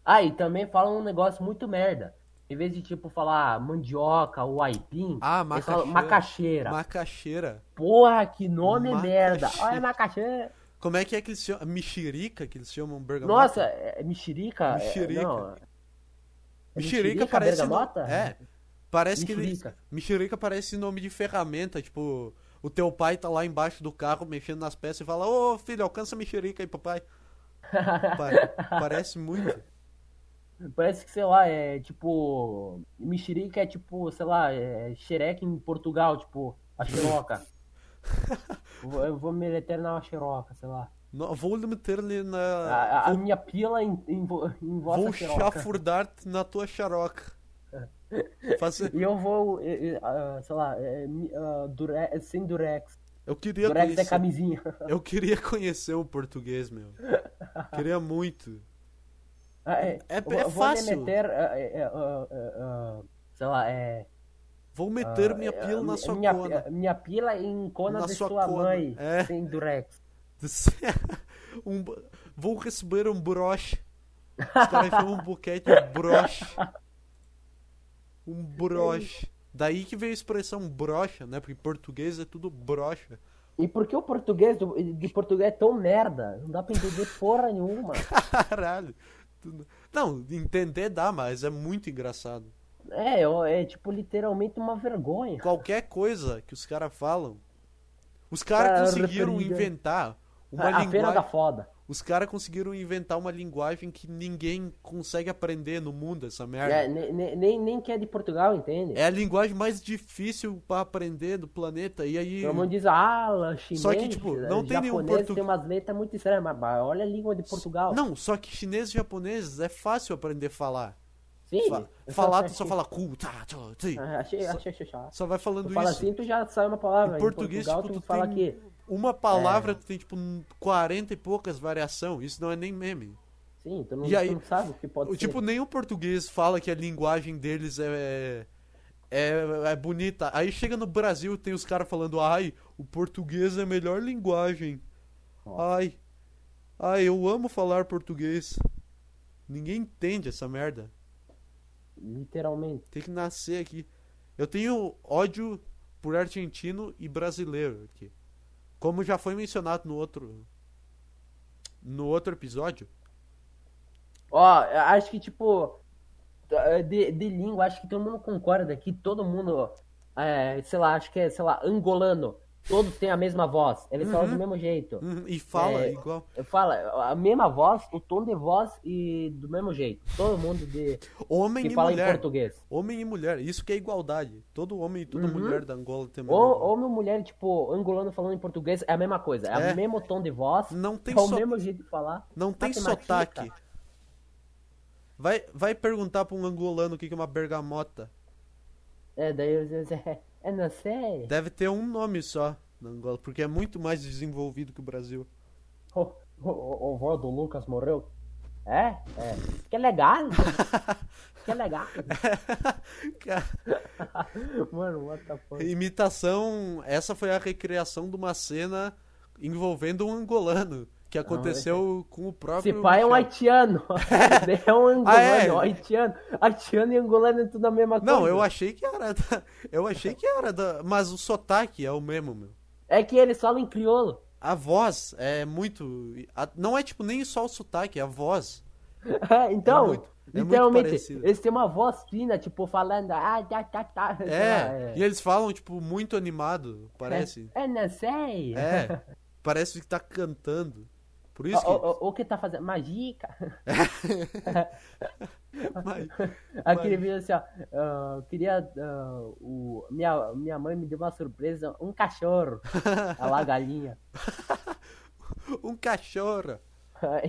Speaker 2: Ah, e também fala um negócio muito merda. Em vez de, tipo, falar mandioca ou aipim,
Speaker 1: Ah,
Speaker 2: eles falam
Speaker 1: macaxeira.
Speaker 2: macaxeira.
Speaker 1: Macaxeira.
Speaker 2: Porra, que nome
Speaker 1: Macaxeira.
Speaker 2: merda. Olha, macaxeira.
Speaker 1: Como é que é que eles chamam? Mexerica que eles chamam bergamota?
Speaker 2: Nossa, é é mexerica?
Speaker 1: Mexerica.
Speaker 2: É, não.
Speaker 1: mexerica parece. no-
Speaker 2: bergamota?
Speaker 1: É. Parece que eles.
Speaker 2: Mexerica.
Speaker 1: Mexerica parece nome de ferramenta, tipo. O teu pai tá lá embaixo do carro mexendo nas peças e fala: Ô filho, alcança a mexerica aí, papai. Pa- parece muito.
Speaker 2: Parece que, sei lá, é tipo. Mexerica é tipo, sei lá, é xereca em Portugal, tipo, a xeroca. vou, eu vou me letrar na xeroca, sei lá.
Speaker 1: No- Vou lhe meter-lhe na.
Speaker 2: A, a minha pila em, em, vo- em vossa
Speaker 1: Ah, Vou
Speaker 2: piroca.
Speaker 1: chafurdar-te na tua xaroca. Faz-
Speaker 2: E eu vou, eh, eh, ah, sei lá, eh, mi- ah, dure- sem durex.
Speaker 1: Eu queria
Speaker 2: Durex é
Speaker 1: conhecer.
Speaker 2: camisinha.
Speaker 1: Eu queria conhecer um português, meu. Queria muito.
Speaker 2: Ah,
Speaker 1: É-
Speaker 2: eu vou-
Speaker 1: é
Speaker 2: eu vou
Speaker 1: fácil.
Speaker 2: Meter, ah, eh, eh, ah, ah, ah, sei lá, é...
Speaker 1: Vou meter minha
Speaker 2: ah,
Speaker 1: pila na
Speaker 2: mi-
Speaker 1: sua
Speaker 2: minha,
Speaker 1: cona.
Speaker 2: ah, Minha pila em cona
Speaker 1: Na
Speaker 2: de
Speaker 1: sua
Speaker 2: sua,
Speaker 1: cona,
Speaker 2: mãe,
Speaker 1: é.
Speaker 2: sem durex.
Speaker 1: Um bo- Vou receber um broche. Os caras chamam um buquete de broche. Um broche. Daí que veio a expressão brocha, né? Porque em português é tudo brocha.
Speaker 2: E por que o português do, de português é tão merda? Não dá pra entender porra nenhuma.
Speaker 1: Caralho. Tu- Não, entender dá, mas é muito engraçado.
Speaker 2: É, eu- é tipo literalmente uma vergonha.
Speaker 1: Qualquer coisa que os caras falam. Os caras
Speaker 2: Cara,
Speaker 1: conseguiram
Speaker 2: rapariga.
Speaker 1: inventar uma
Speaker 2: Ah, A, a pena
Speaker 1: linguagem.
Speaker 2: da foda.
Speaker 1: Os caras conseguiram inventar uma linguagem que ninguém consegue aprender no mundo, essa merda.
Speaker 2: É, ne- ne- nem, nem que é de Portugal, entende?
Speaker 1: É a linguagem mais difícil pra aprender do planeta. E aí.
Speaker 2: Todo mundo diz, ah, chinês,
Speaker 1: Só que, tipo, não tem nenhum
Speaker 2: japonês
Speaker 1: portu-
Speaker 2: tem umas letras muito estranhas, mas bah, olha a língua de Portugal.
Speaker 1: Não, só que chinês e japonês é fácil aprender a falar.
Speaker 2: Sim,
Speaker 1: Fa-
Speaker 2: eu
Speaker 1: falar, tu
Speaker 2: achei-
Speaker 1: só fala cu, tá, tá, ti.
Speaker 2: Ah, Achei, achei, achei chato.
Speaker 1: Só vai falando
Speaker 2: Tu
Speaker 1: isso.
Speaker 2: fala assim, tu já sai uma palavra.
Speaker 1: Em
Speaker 2: Em
Speaker 1: português,
Speaker 2: Portugal,
Speaker 1: tipo,
Speaker 2: tu,
Speaker 1: tu
Speaker 2: fala
Speaker 1: tem-
Speaker 2: que...
Speaker 1: Uma
Speaker 2: É.
Speaker 1: palavra tu tem, tipo, 40 e poucas variações. Isso não é nem meme.
Speaker 2: Sim, tu não,
Speaker 1: E
Speaker 2: tu
Speaker 1: aí-
Speaker 2: não sabe o que pode
Speaker 1: O
Speaker 2: ser.
Speaker 1: Tipo, nem o português fala que a linguagem deles é, é, é bonita. Aí chega no Brasil, tem os caras falando, ai, o português é a melhor linguagem. Ai, ai, eu amo falar português. Ninguém entende essa merda.
Speaker 2: Literalmente.
Speaker 1: Tem que nascer aqui. Eu tenho ódio por argentino e brasileiro aqui. Como já foi mencionado no outro no outro episódio.
Speaker 2: Ó, eu acho que, tipo, de, de língua, acho que todo mundo concorda que todo mundo, é, sei lá, acho que é, sei lá, angolano. Todos têm a mesma voz. Eles falam do mesmo jeito.
Speaker 1: Uhum, E fala
Speaker 2: É.
Speaker 1: igual.
Speaker 2: Fala a mesma voz, o tom de voz e do mesmo jeito. Todo mundo de,
Speaker 1: Homem
Speaker 2: que
Speaker 1: e
Speaker 2: fala em
Speaker 1: mulher.
Speaker 2: português.
Speaker 1: Homem e mulher, isso que é igualdade. Todo homem e toda
Speaker 2: Uhum.
Speaker 1: mulher da Angola tem uma
Speaker 2: Ou,
Speaker 1: igualdade.
Speaker 2: ou meu mulher, tipo, angolano falando em português, é a mesma coisa. É,
Speaker 1: É.
Speaker 2: o mesmo tom de voz,
Speaker 1: Não tem
Speaker 2: é o
Speaker 1: só-
Speaker 2: mesmo jeito de falar.
Speaker 1: Não tem
Speaker 2: Matemática.
Speaker 1: sotaque. Vai, vai perguntar pra um angolano o que que é uma bergamota.
Speaker 2: É, daí às vezes é, é, não sei.
Speaker 1: Deve ter um nome só na Angola, porque é muito mais desenvolvido que o Brasil.
Speaker 2: O, o, o avô do Lucas morreu. É? É. Que legal. que é legal. Mano, what the fuck.
Speaker 1: Imitação, essa foi a recriação de uma cena envolvendo um angolano, que aconteceu com o
Speaker 2: Esse
Speaker 1: próprio
Speaker 2: pai é um
Speaker 1: Michel.
Speaker 2: haitiano. é um angolano,
Speaker 1: Ah, é?
Speaker 2: um haitiano. Haitiano e angolano é tudo a mesma coisa.
Speaker 1: Não, eu achei que era da... Eu achei que era da... Mas o sotaque é o mesmo, meu.
Speaker 2: É que eles falam em crioulo.
Speaker 1: A voz é muito. a- Não é tipo nem só o sotaque, é a voz.
Speaker 2: É, então,
Speaker 1: É muito- é muito
Speaker 2: literalmente,
Speaker 1: parecido.
Speaker 2: eles têm uma voz fina, tipo, falando. Ah, tá, tá, tá. sei lá,
Speaker 1: É. E eles falam, tipo, muito animado, parece.
Speaker 2: É, não sei.
Speaker 1: É. Parece que tá cantando. Por isso
Speaker 2: O,
Speaker 1: que.
Speaker 2: o- o que tá fazendo? Magica.
Speaker 1: Mas-
Speaker 2: Aquele
Speaker 1: Mas-
Speaker 2: vídeo assim, ó. ah, eu queria. ah, o, minha, minha mãe me deu uma surpresa, um cachorro. a lá, galinha.
Speaker 1: um cachorro.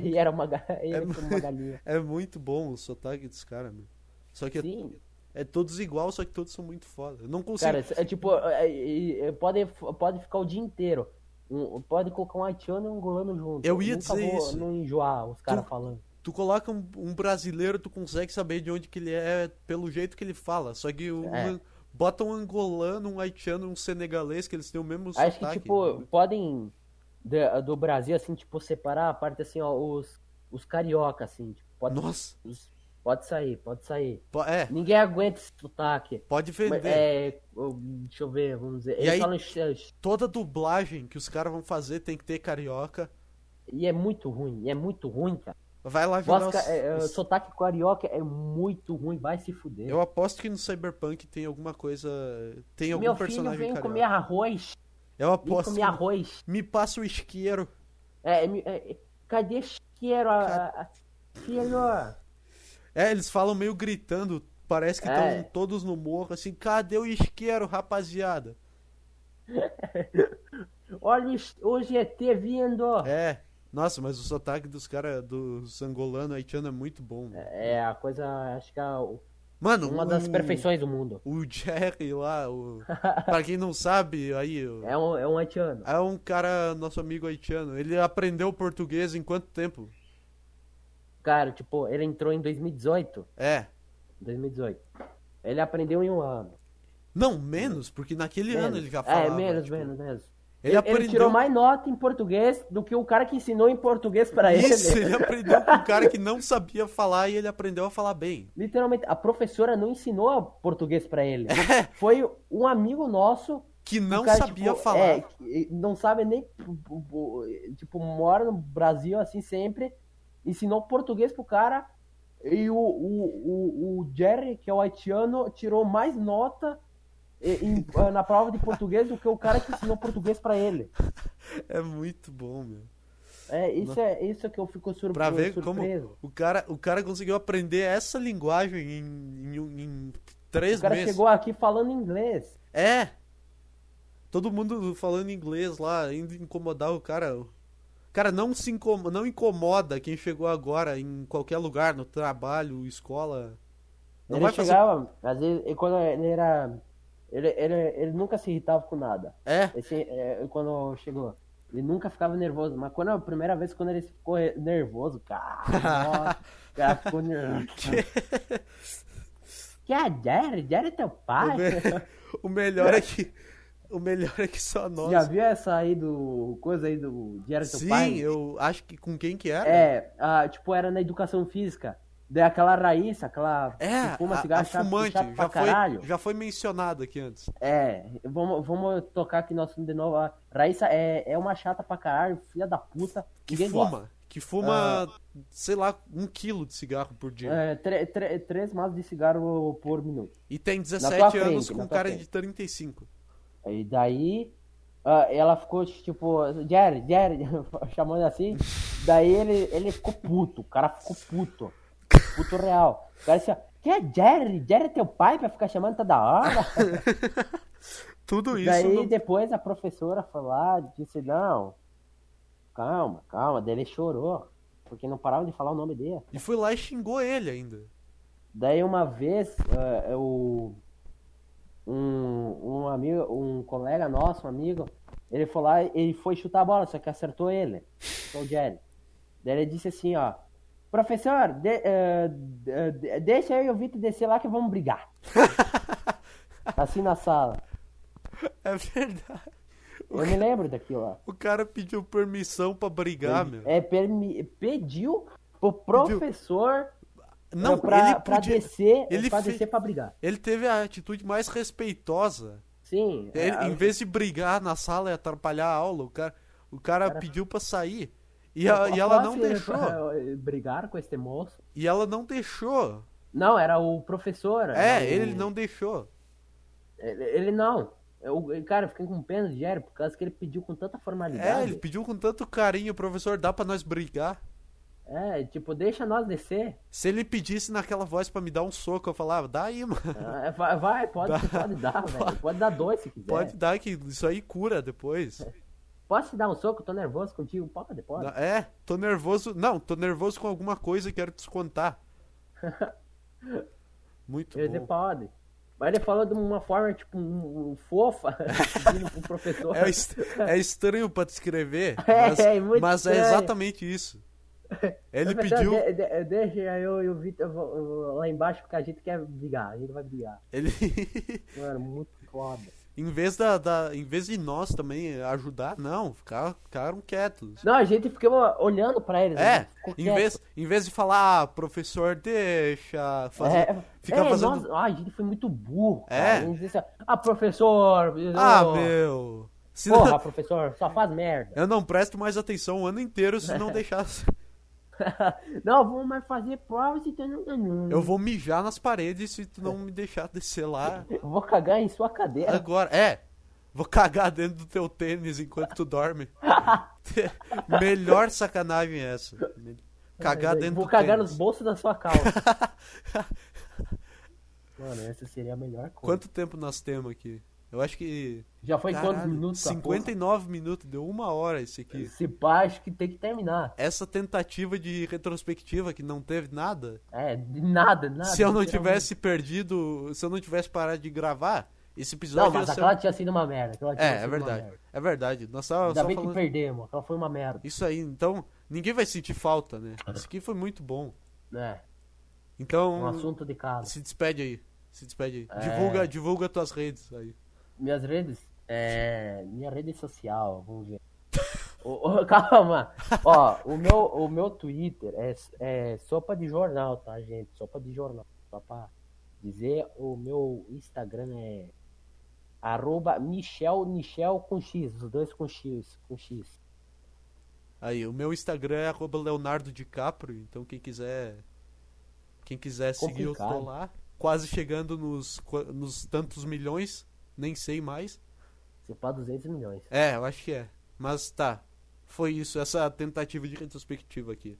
Speaker 2: e era uma, ga- e era uma galinha.
Speaker 1: É muito bom o sotaque dos caras, meu. Só que é,
Speaker 2: Sim,
Speaker 1: é todos igual, só que todos são muito foda. Eu não consigo.
Speaker 2: cara, é tipo, é, é, é, pode, pode ficar o dia inteiro. Um- Pode colocar um haitiano e um angolano junto.
Speaker 1: Eu ia
Speaker 2: Nunca
Speaker 1: dizer
Speaker 2: vou
Speaker 1: isso.
Speaker 2: não enjoar os caras falando.
Speaker 1: Tu coloca um, um brasileiro, tu consegue saber de onde que ele é pelo jeito que ele fala. Só que um,
Speaker 2: É.
Speaker 1: bota um angolano, um haitiano, um senegalês, que eles têm o mesmo
Speaker 2: Acho que,
Speaker 1: sotaque.
Speaker 2: tipo, podem da- do Brasil, assim, tipo, separar a parte, assim, ó, os, os carioca, assim, tipo, pode,
Speaker 1: Nossa,
Speaker 2: os- pode sair, pode sair.
Speaker 1: po- é,
Speaker 2: Ninguém aguenta esse sotaque.
Speaker 1: pode
Speaker 2: Mas,
Speaker 1: vender.
Speaker 2: é, o- deixa eu ver, vamos dizer. Eles
Speaker 1: aí-
Speaker 2: falam ch-
Speaker 1: Toda dublagem que os caras vão fazer tem que ter carioca.
Speaker 2: e é muito ruim, é muito ruim, cara.
Speaker 1: Vai lá jogar
Speaker 2: Voz,
Speaker 1: os-
Speaker 2: ca- é, é,
Speaker 1: os-
Speaker 2: sotaque carioca é muito ruim, vai se fuder.
Speaker 1: Eu aposto que no Cyberpunk tem alguma coisa. Tem algum
Speaker 2: Meu filho
Speaker 1: personagem
Speaker 2: vem
Speaker 1: carioca.
Speaker 2: comer arroz,
Speaker 1: Eu
Speaker 2: vem
Speaker 1: aposto.
Speaker 2: comer
Speaker 1: que-
Speaker 2: arroz.
Speaker 1: Me passa o isqueiro.
Speaker 2: É, me- é, é, cadê Ah, chiqueiro? a- a- a- Filho,
Speaker 1: É, eles falam meio gritando. Parece que estão
Speaker 2: É.
Speaker 1: todos no morro, assim, cadê o isqueiro, rapaziada?
Speaker 2: olha o, es- o GT é vindo.
Speaker 1: É, Nossa, mas o sotaque dos caras, dos angolanos haitianos é muito bom. Mano,
Speaker 2: É a coisa, acho que é o-
Speaker 1: Mano,
Speaker 2: uma
Speaker 1: o,
Speaker 2: das perfeições do mundo.
Speaker 1: o Jerry lá, o... pra quem não sabe, aí, o-
Speaker 2: É um, é um haitiano.
Speaker 1: é um cara, nosso amigo haitiano. Ele aprendeu português em quanto tempo?
Speaker 2: Cara, tipo, ele entrou em 2018.
Speaker 1: É.
Speaker 2: 2018. Ele aprendeu em um ano.
Speaker 1: Não, menos, porque naquele ano
Speaker 2: Menos.
Speaker 1: ele já falava.
Speaker 2: É, menos,
Speaker 1: tipo,
Speaker 2: menos, menos.
Speaker 1: Ele,
Speaker 2: Ele, ele
Speaker 1: aprendeu...
Speaker 2: tirou mais nota em português do que o cara que ensinou em português pra ele.
Speaker 1: Isso, ele aprendeu com um cara que não sabia falar e ele aprendeu a falar bem.
Speaker 2: Literalmente, a professora não ensinou português pra ele. Foi um amigo nosso
Speaker 1: Que
Speaker 2: o
Speaker 1: É. não
Speaker 2: cara,
Speaker 1: sabia
Speaker 2: tipo,
Speaker 1: falar.
Speaker 2: é, que não sabe nem. Tipo, mora no Brasil assim sempre. Ensinou português pro cara. E o, o, o, o Jerry, que é o haitiano, tirou mais nota em- em- na prova de português do que o cara que ensinou português pra ele.
Speaker 1: É muito bom, meu.
Speaker 2: É, isso é isso que eu fico surpre
Speaker 1: Pra ver como
Speaker 2: surpreso.
Speaker 1: o cara, o cara conseguiu aprender essa linguagem em, em, um- em três
Speaker 2: O cara
Speaker 1: meses.
Speaker 2: chegou aqui falando inglês.
Speaker 1: É! Todo mundo falando inglês lá, indo incomodar o cara. O cara não se incomoda, não incomoda quem chegou agora em qualquer lugar, no trabalho, escola. Não
Speaker 2: ele
Speaker 1: vai fazer.
Speaker 2: chegava, às vezes, e quando ele era. Ele, ele, ele nunca se irritava com nada.
Speaker 1: É,
Speaker 2: Esse, é, quando chegou. Ele nunca ficava nervoso, mas quando a primeira vez quando ele ficou re- nervoso, cara, nossa, o cara ficou nervoso. que é Jerry? Jerry é teu
Speaker 1: o,
Speaker 2: pai?
Speaker 1: me- o melhor é que. O melhor é que só nós.
Speaker 2: Já viu essa aí do. coisa aí do Jerry é teu
Speaker 1: Sim,
Speaker 2: pai?
Speaker 1: eu acho que com quem que era?
Speaker 2: É, ah, tipo, era na educação física. Daí aquela Raíssa, aquela
Speaker 1: É,
Speaker 2: que fuma
Speaker 1: a-
Speaker 2: cigarro
Speaker 1: a
Speaker 2: chata-
Speaker 1: fumante,
Speaker 2: chata pra
Speaker 1: já
Speaker 2: caralho.
Speaker 1: foi, já foi mencionado aqui antes.
Speaker 2: É, vamos, vamos tocar aqui nosso de novo. A Raíssa é, é uma chata pra caralho, filha da puta.
Speaker 1: Que
Speaker 2: ninguém
Speaker 1: fuma,
Speaker 2: gosta.
Speaker 1: que fuma, sei lá, um quilo de cigarro por dia.
Speaker 2: Ah. É, tre- tre- três maços de cigarro por minuto.
Speaker 1: E tem
Speaker 2: tua
Speaker 1: 17
Speaker 2: frente,
Speaker 1: anos
Speaker 2: na
Speaker 1: com
Speaker 2: tua
Speaker 1: cara
Speaker 2: frente.
Speaker 1: de 35.
Speaker 2: E daí ah, ela ficou tipo, Jerry, Jerry, chamando assim. Daí ele, ele ficou puto, o cara ficou puto. Puto real. O cara disse, ó, que é Jerry? Jerry é teu pai pra ficar chamando toda hora?
Speaker 1: Tudo isso
Speaker 2: daí
Speaker 1: no-
Speaker 2: depois a professora foi lá, disse, não, calma, calma. Daí ele chorou, porque não parava de falar o nome dele.
Speaker 1: E foi lá e xingou ele ainda.
Speaker 2: Daí uma vez, eh, eu, um, um amigo, um colega nosso, um amigo, ele foi lá e ele foi chutar a bola, só que acertou ele, foi o Jerry. Daí ele disse assim, ó, professor, de- eh, de- de- deixa eu e o Vitor descer lá que vamos brigar. assim na sala.
Speaker 1: É verdade.
Speaker 2: Eu me lembro daquilo, ó.
Speaker 1: O cara pediu permissão pra brigar, meu.
Speaker 2: É, permi- pediu pro professor
Speaker 1: Não,
Speaker 2: eh, pra,
Speaker 1: ele
Speaker 2: pra
Speaker 1: podia...
Speaker 2: descer,
Speaker 1: ele
Speaker 2: pra
Speaker 1: fe-
Speaker 2: descer pra brigar.
Speaker 1: Ele teve a atitude mais respeitosa.
Speaker 2: Sim. é,
Speaker 1: Ele, em vez de brigar na sala e atrapalhar a aula, o cara, o cara, pediu pra sair. E, a- e ela não
Speaker 2: Posso, eh,
Speaker 1: deixou.
Speaker 2: eh, Brigar com este moço.
Speaker 1: E ela não deixou.
Speaker 2: Não, era o professor.
Speaker 1: É,
Speaker 2: era o-
Speaker 1: ele não deixou.
Speaker 2: Ele, ele não. Eu, cara, eu fiquei com pena do Jerry por causa que ele pediu com tanta
Speaker 1: É,
Speaker 2: formalidade.
Speaker 1: ele pediu com tanto carinho, professor, dá pra nós brigar?
Speaker 2: É, tipo, deixa nós descer.
Speaker 1: Se ele pedisse naquela voz pra me dar um soco, eu falava, dá aí, mano.
Speaker 2: Ah, Vai, vai, pode, pode dar, velho. Pode dar dois se quiser.
Speaker 1: Pode dar que isso aí cura depois.
Speaker 2: Posso te dar um soco? Tô nervoso contigo. Pode, É, pode.
Speaker 1: É, tô nervoso. Não, tô nervoso com alguma coisa e quero te contar. Muito
Speaker 2: Ele
Speaker 1: bom.
Speaker 2: pode. Mas ele falou de uma forma, tipo, um, um fofa, pedindo pro professor.
Speaker 1: É, est- é estranho pra descrever,
Speaker 2: É,
Speaker 1: mas,
Speaker 2: é muito
Speaker 1: mas é
Speaker 2: estranho. É
Speaker 1: exatamente isso. Ele
Speaker 2: Professor,
Speaker 1: pediu,
Speaker 2: de- de- deixa eu e o Vitor vo- vo- lá embaixo, porque a gente quer brigar. A gente vai brigar.
Speaker 1: ele,
Speaker 2: Mano, muito foda.
Speaker 1: em vez da, da- em vez de nós também ajudar, não, ficaram, ficaram quietos.
Speaker 2: Não, a gente ficava olhando pra eles. a
Speaker 1: É,
Speaker 2: gente ficou
Speaker 1: em
Speaker 2: quieto.
Speaker 1: vez, em vez de falar, ah, professor, deixa, fazer,
Speaker 2: É,
Speaker 1: ficar
Speaker 2: é,
Speaker 1: fazendo,
Speaker 2: nossa, ah, a gente foi muito burro.
Speaker 1: É.
Speaker 2: cara. A gente disse, ah, professor.
Speaker 1: ah,
Speaker 2: ô,
Speaker 1: meu, se não-
Speaker 2: Porra, professor, só faz merda.
Speaker 1: eu não presto mais atenção o ano inteiro se não deixar,
Speaker 2: não, vamos mais fazer prova se um- tu não ganhou.
Speaker 1: eu vou mijar nas paredes se tu não me deixar descer lá
Speaker 2: Eu vou cagar em sua cadeira.
Speaker 1: agora, é, vou cagar dentro do teu tênis enquanto tu dorme, melhor sacanagem é essa, cagar dentro
Speaker 2: vou
Speaker 1: do
Speaker 2: cagar
Speaker 1: tênis.
Speaker 2: nos bolsos da sua calça. Mano, essa seria a melhor coisa.
Speaker 1: Quanto tempo nós temos aqui? Eu acho que.
Speaker 2: Já foi
Speaker 1: Caralho,
Speaker 2: quantos minutos? essa
Speaker 1: 59 minutos, deu uma hora esse
Speaker 2: porra?
Speaker 1: aqui.
Speaker 2: Se pá, acho que tem que terminar.
Speaker 1: Essa tentativa de retrospectiva que não teve nada.
Speaker 2: É, de nada, nada. um
Speaker 1: se eu não
Speaker 2: literalmente.
Speaker 1: tivesse perdido. Se eu não tivesse parado de gravar, esse
Speaker 2: Não,
Speaker 1: episódio
Speaker 2: mas
Speaker 1: ia ser.
Speaker 2: aquela tinha sido uma merda. aquela tinha
Speaker 1: É, é
Speaker 2: sido uma
Speaker 1: verdade.
Speaker 2: merda.
Speaker 1: É verdade. Nós tava
Speaker 2: Ainda
Speaker 1: só
Speaker 2: bem
Speaker 1: falando.
Speaker 2: que perdemos, aquela foi uma merda.
Speaker 1: Isso aí, então. Ninguém vai sentir falta, né? Isso aqui foi muito bom.
Speaker 2: É,
Speaker 1: Então.
Speaker 2: um assunto de casa.
Speaker 1: Se despede aí. Se despede aí.
Speaker 2: É.
Speaker 1: Divulga, divulga tuas redes aí.
Speaker 2: Minhas redes? É. Minha rede social, vamos ver. Ô, ô, calma. Ó, o meu, o meu Twitter é, é sopa de jornal, tá, gente? Sopa de jornal. Só pra dizer, o meu Instagram é arroba Michel, Michel com X, os dois com X, com X.
Speaker 1: Aí, o meu Instagram é arroba Leonardo DiCaprio, então quem quiser. Quem quiser seguir, eu tô
Speaker 2: Complicado.
Speaker 1: lá. Quase chegando nos, qua- nos tantos milhões, nem sei mais.
Speaker 2: Você pá 200 milhões.
Speaker 1: É, eu acho que é. Mas tá. Foi isso, essa tentativa de retrospectiva aqui.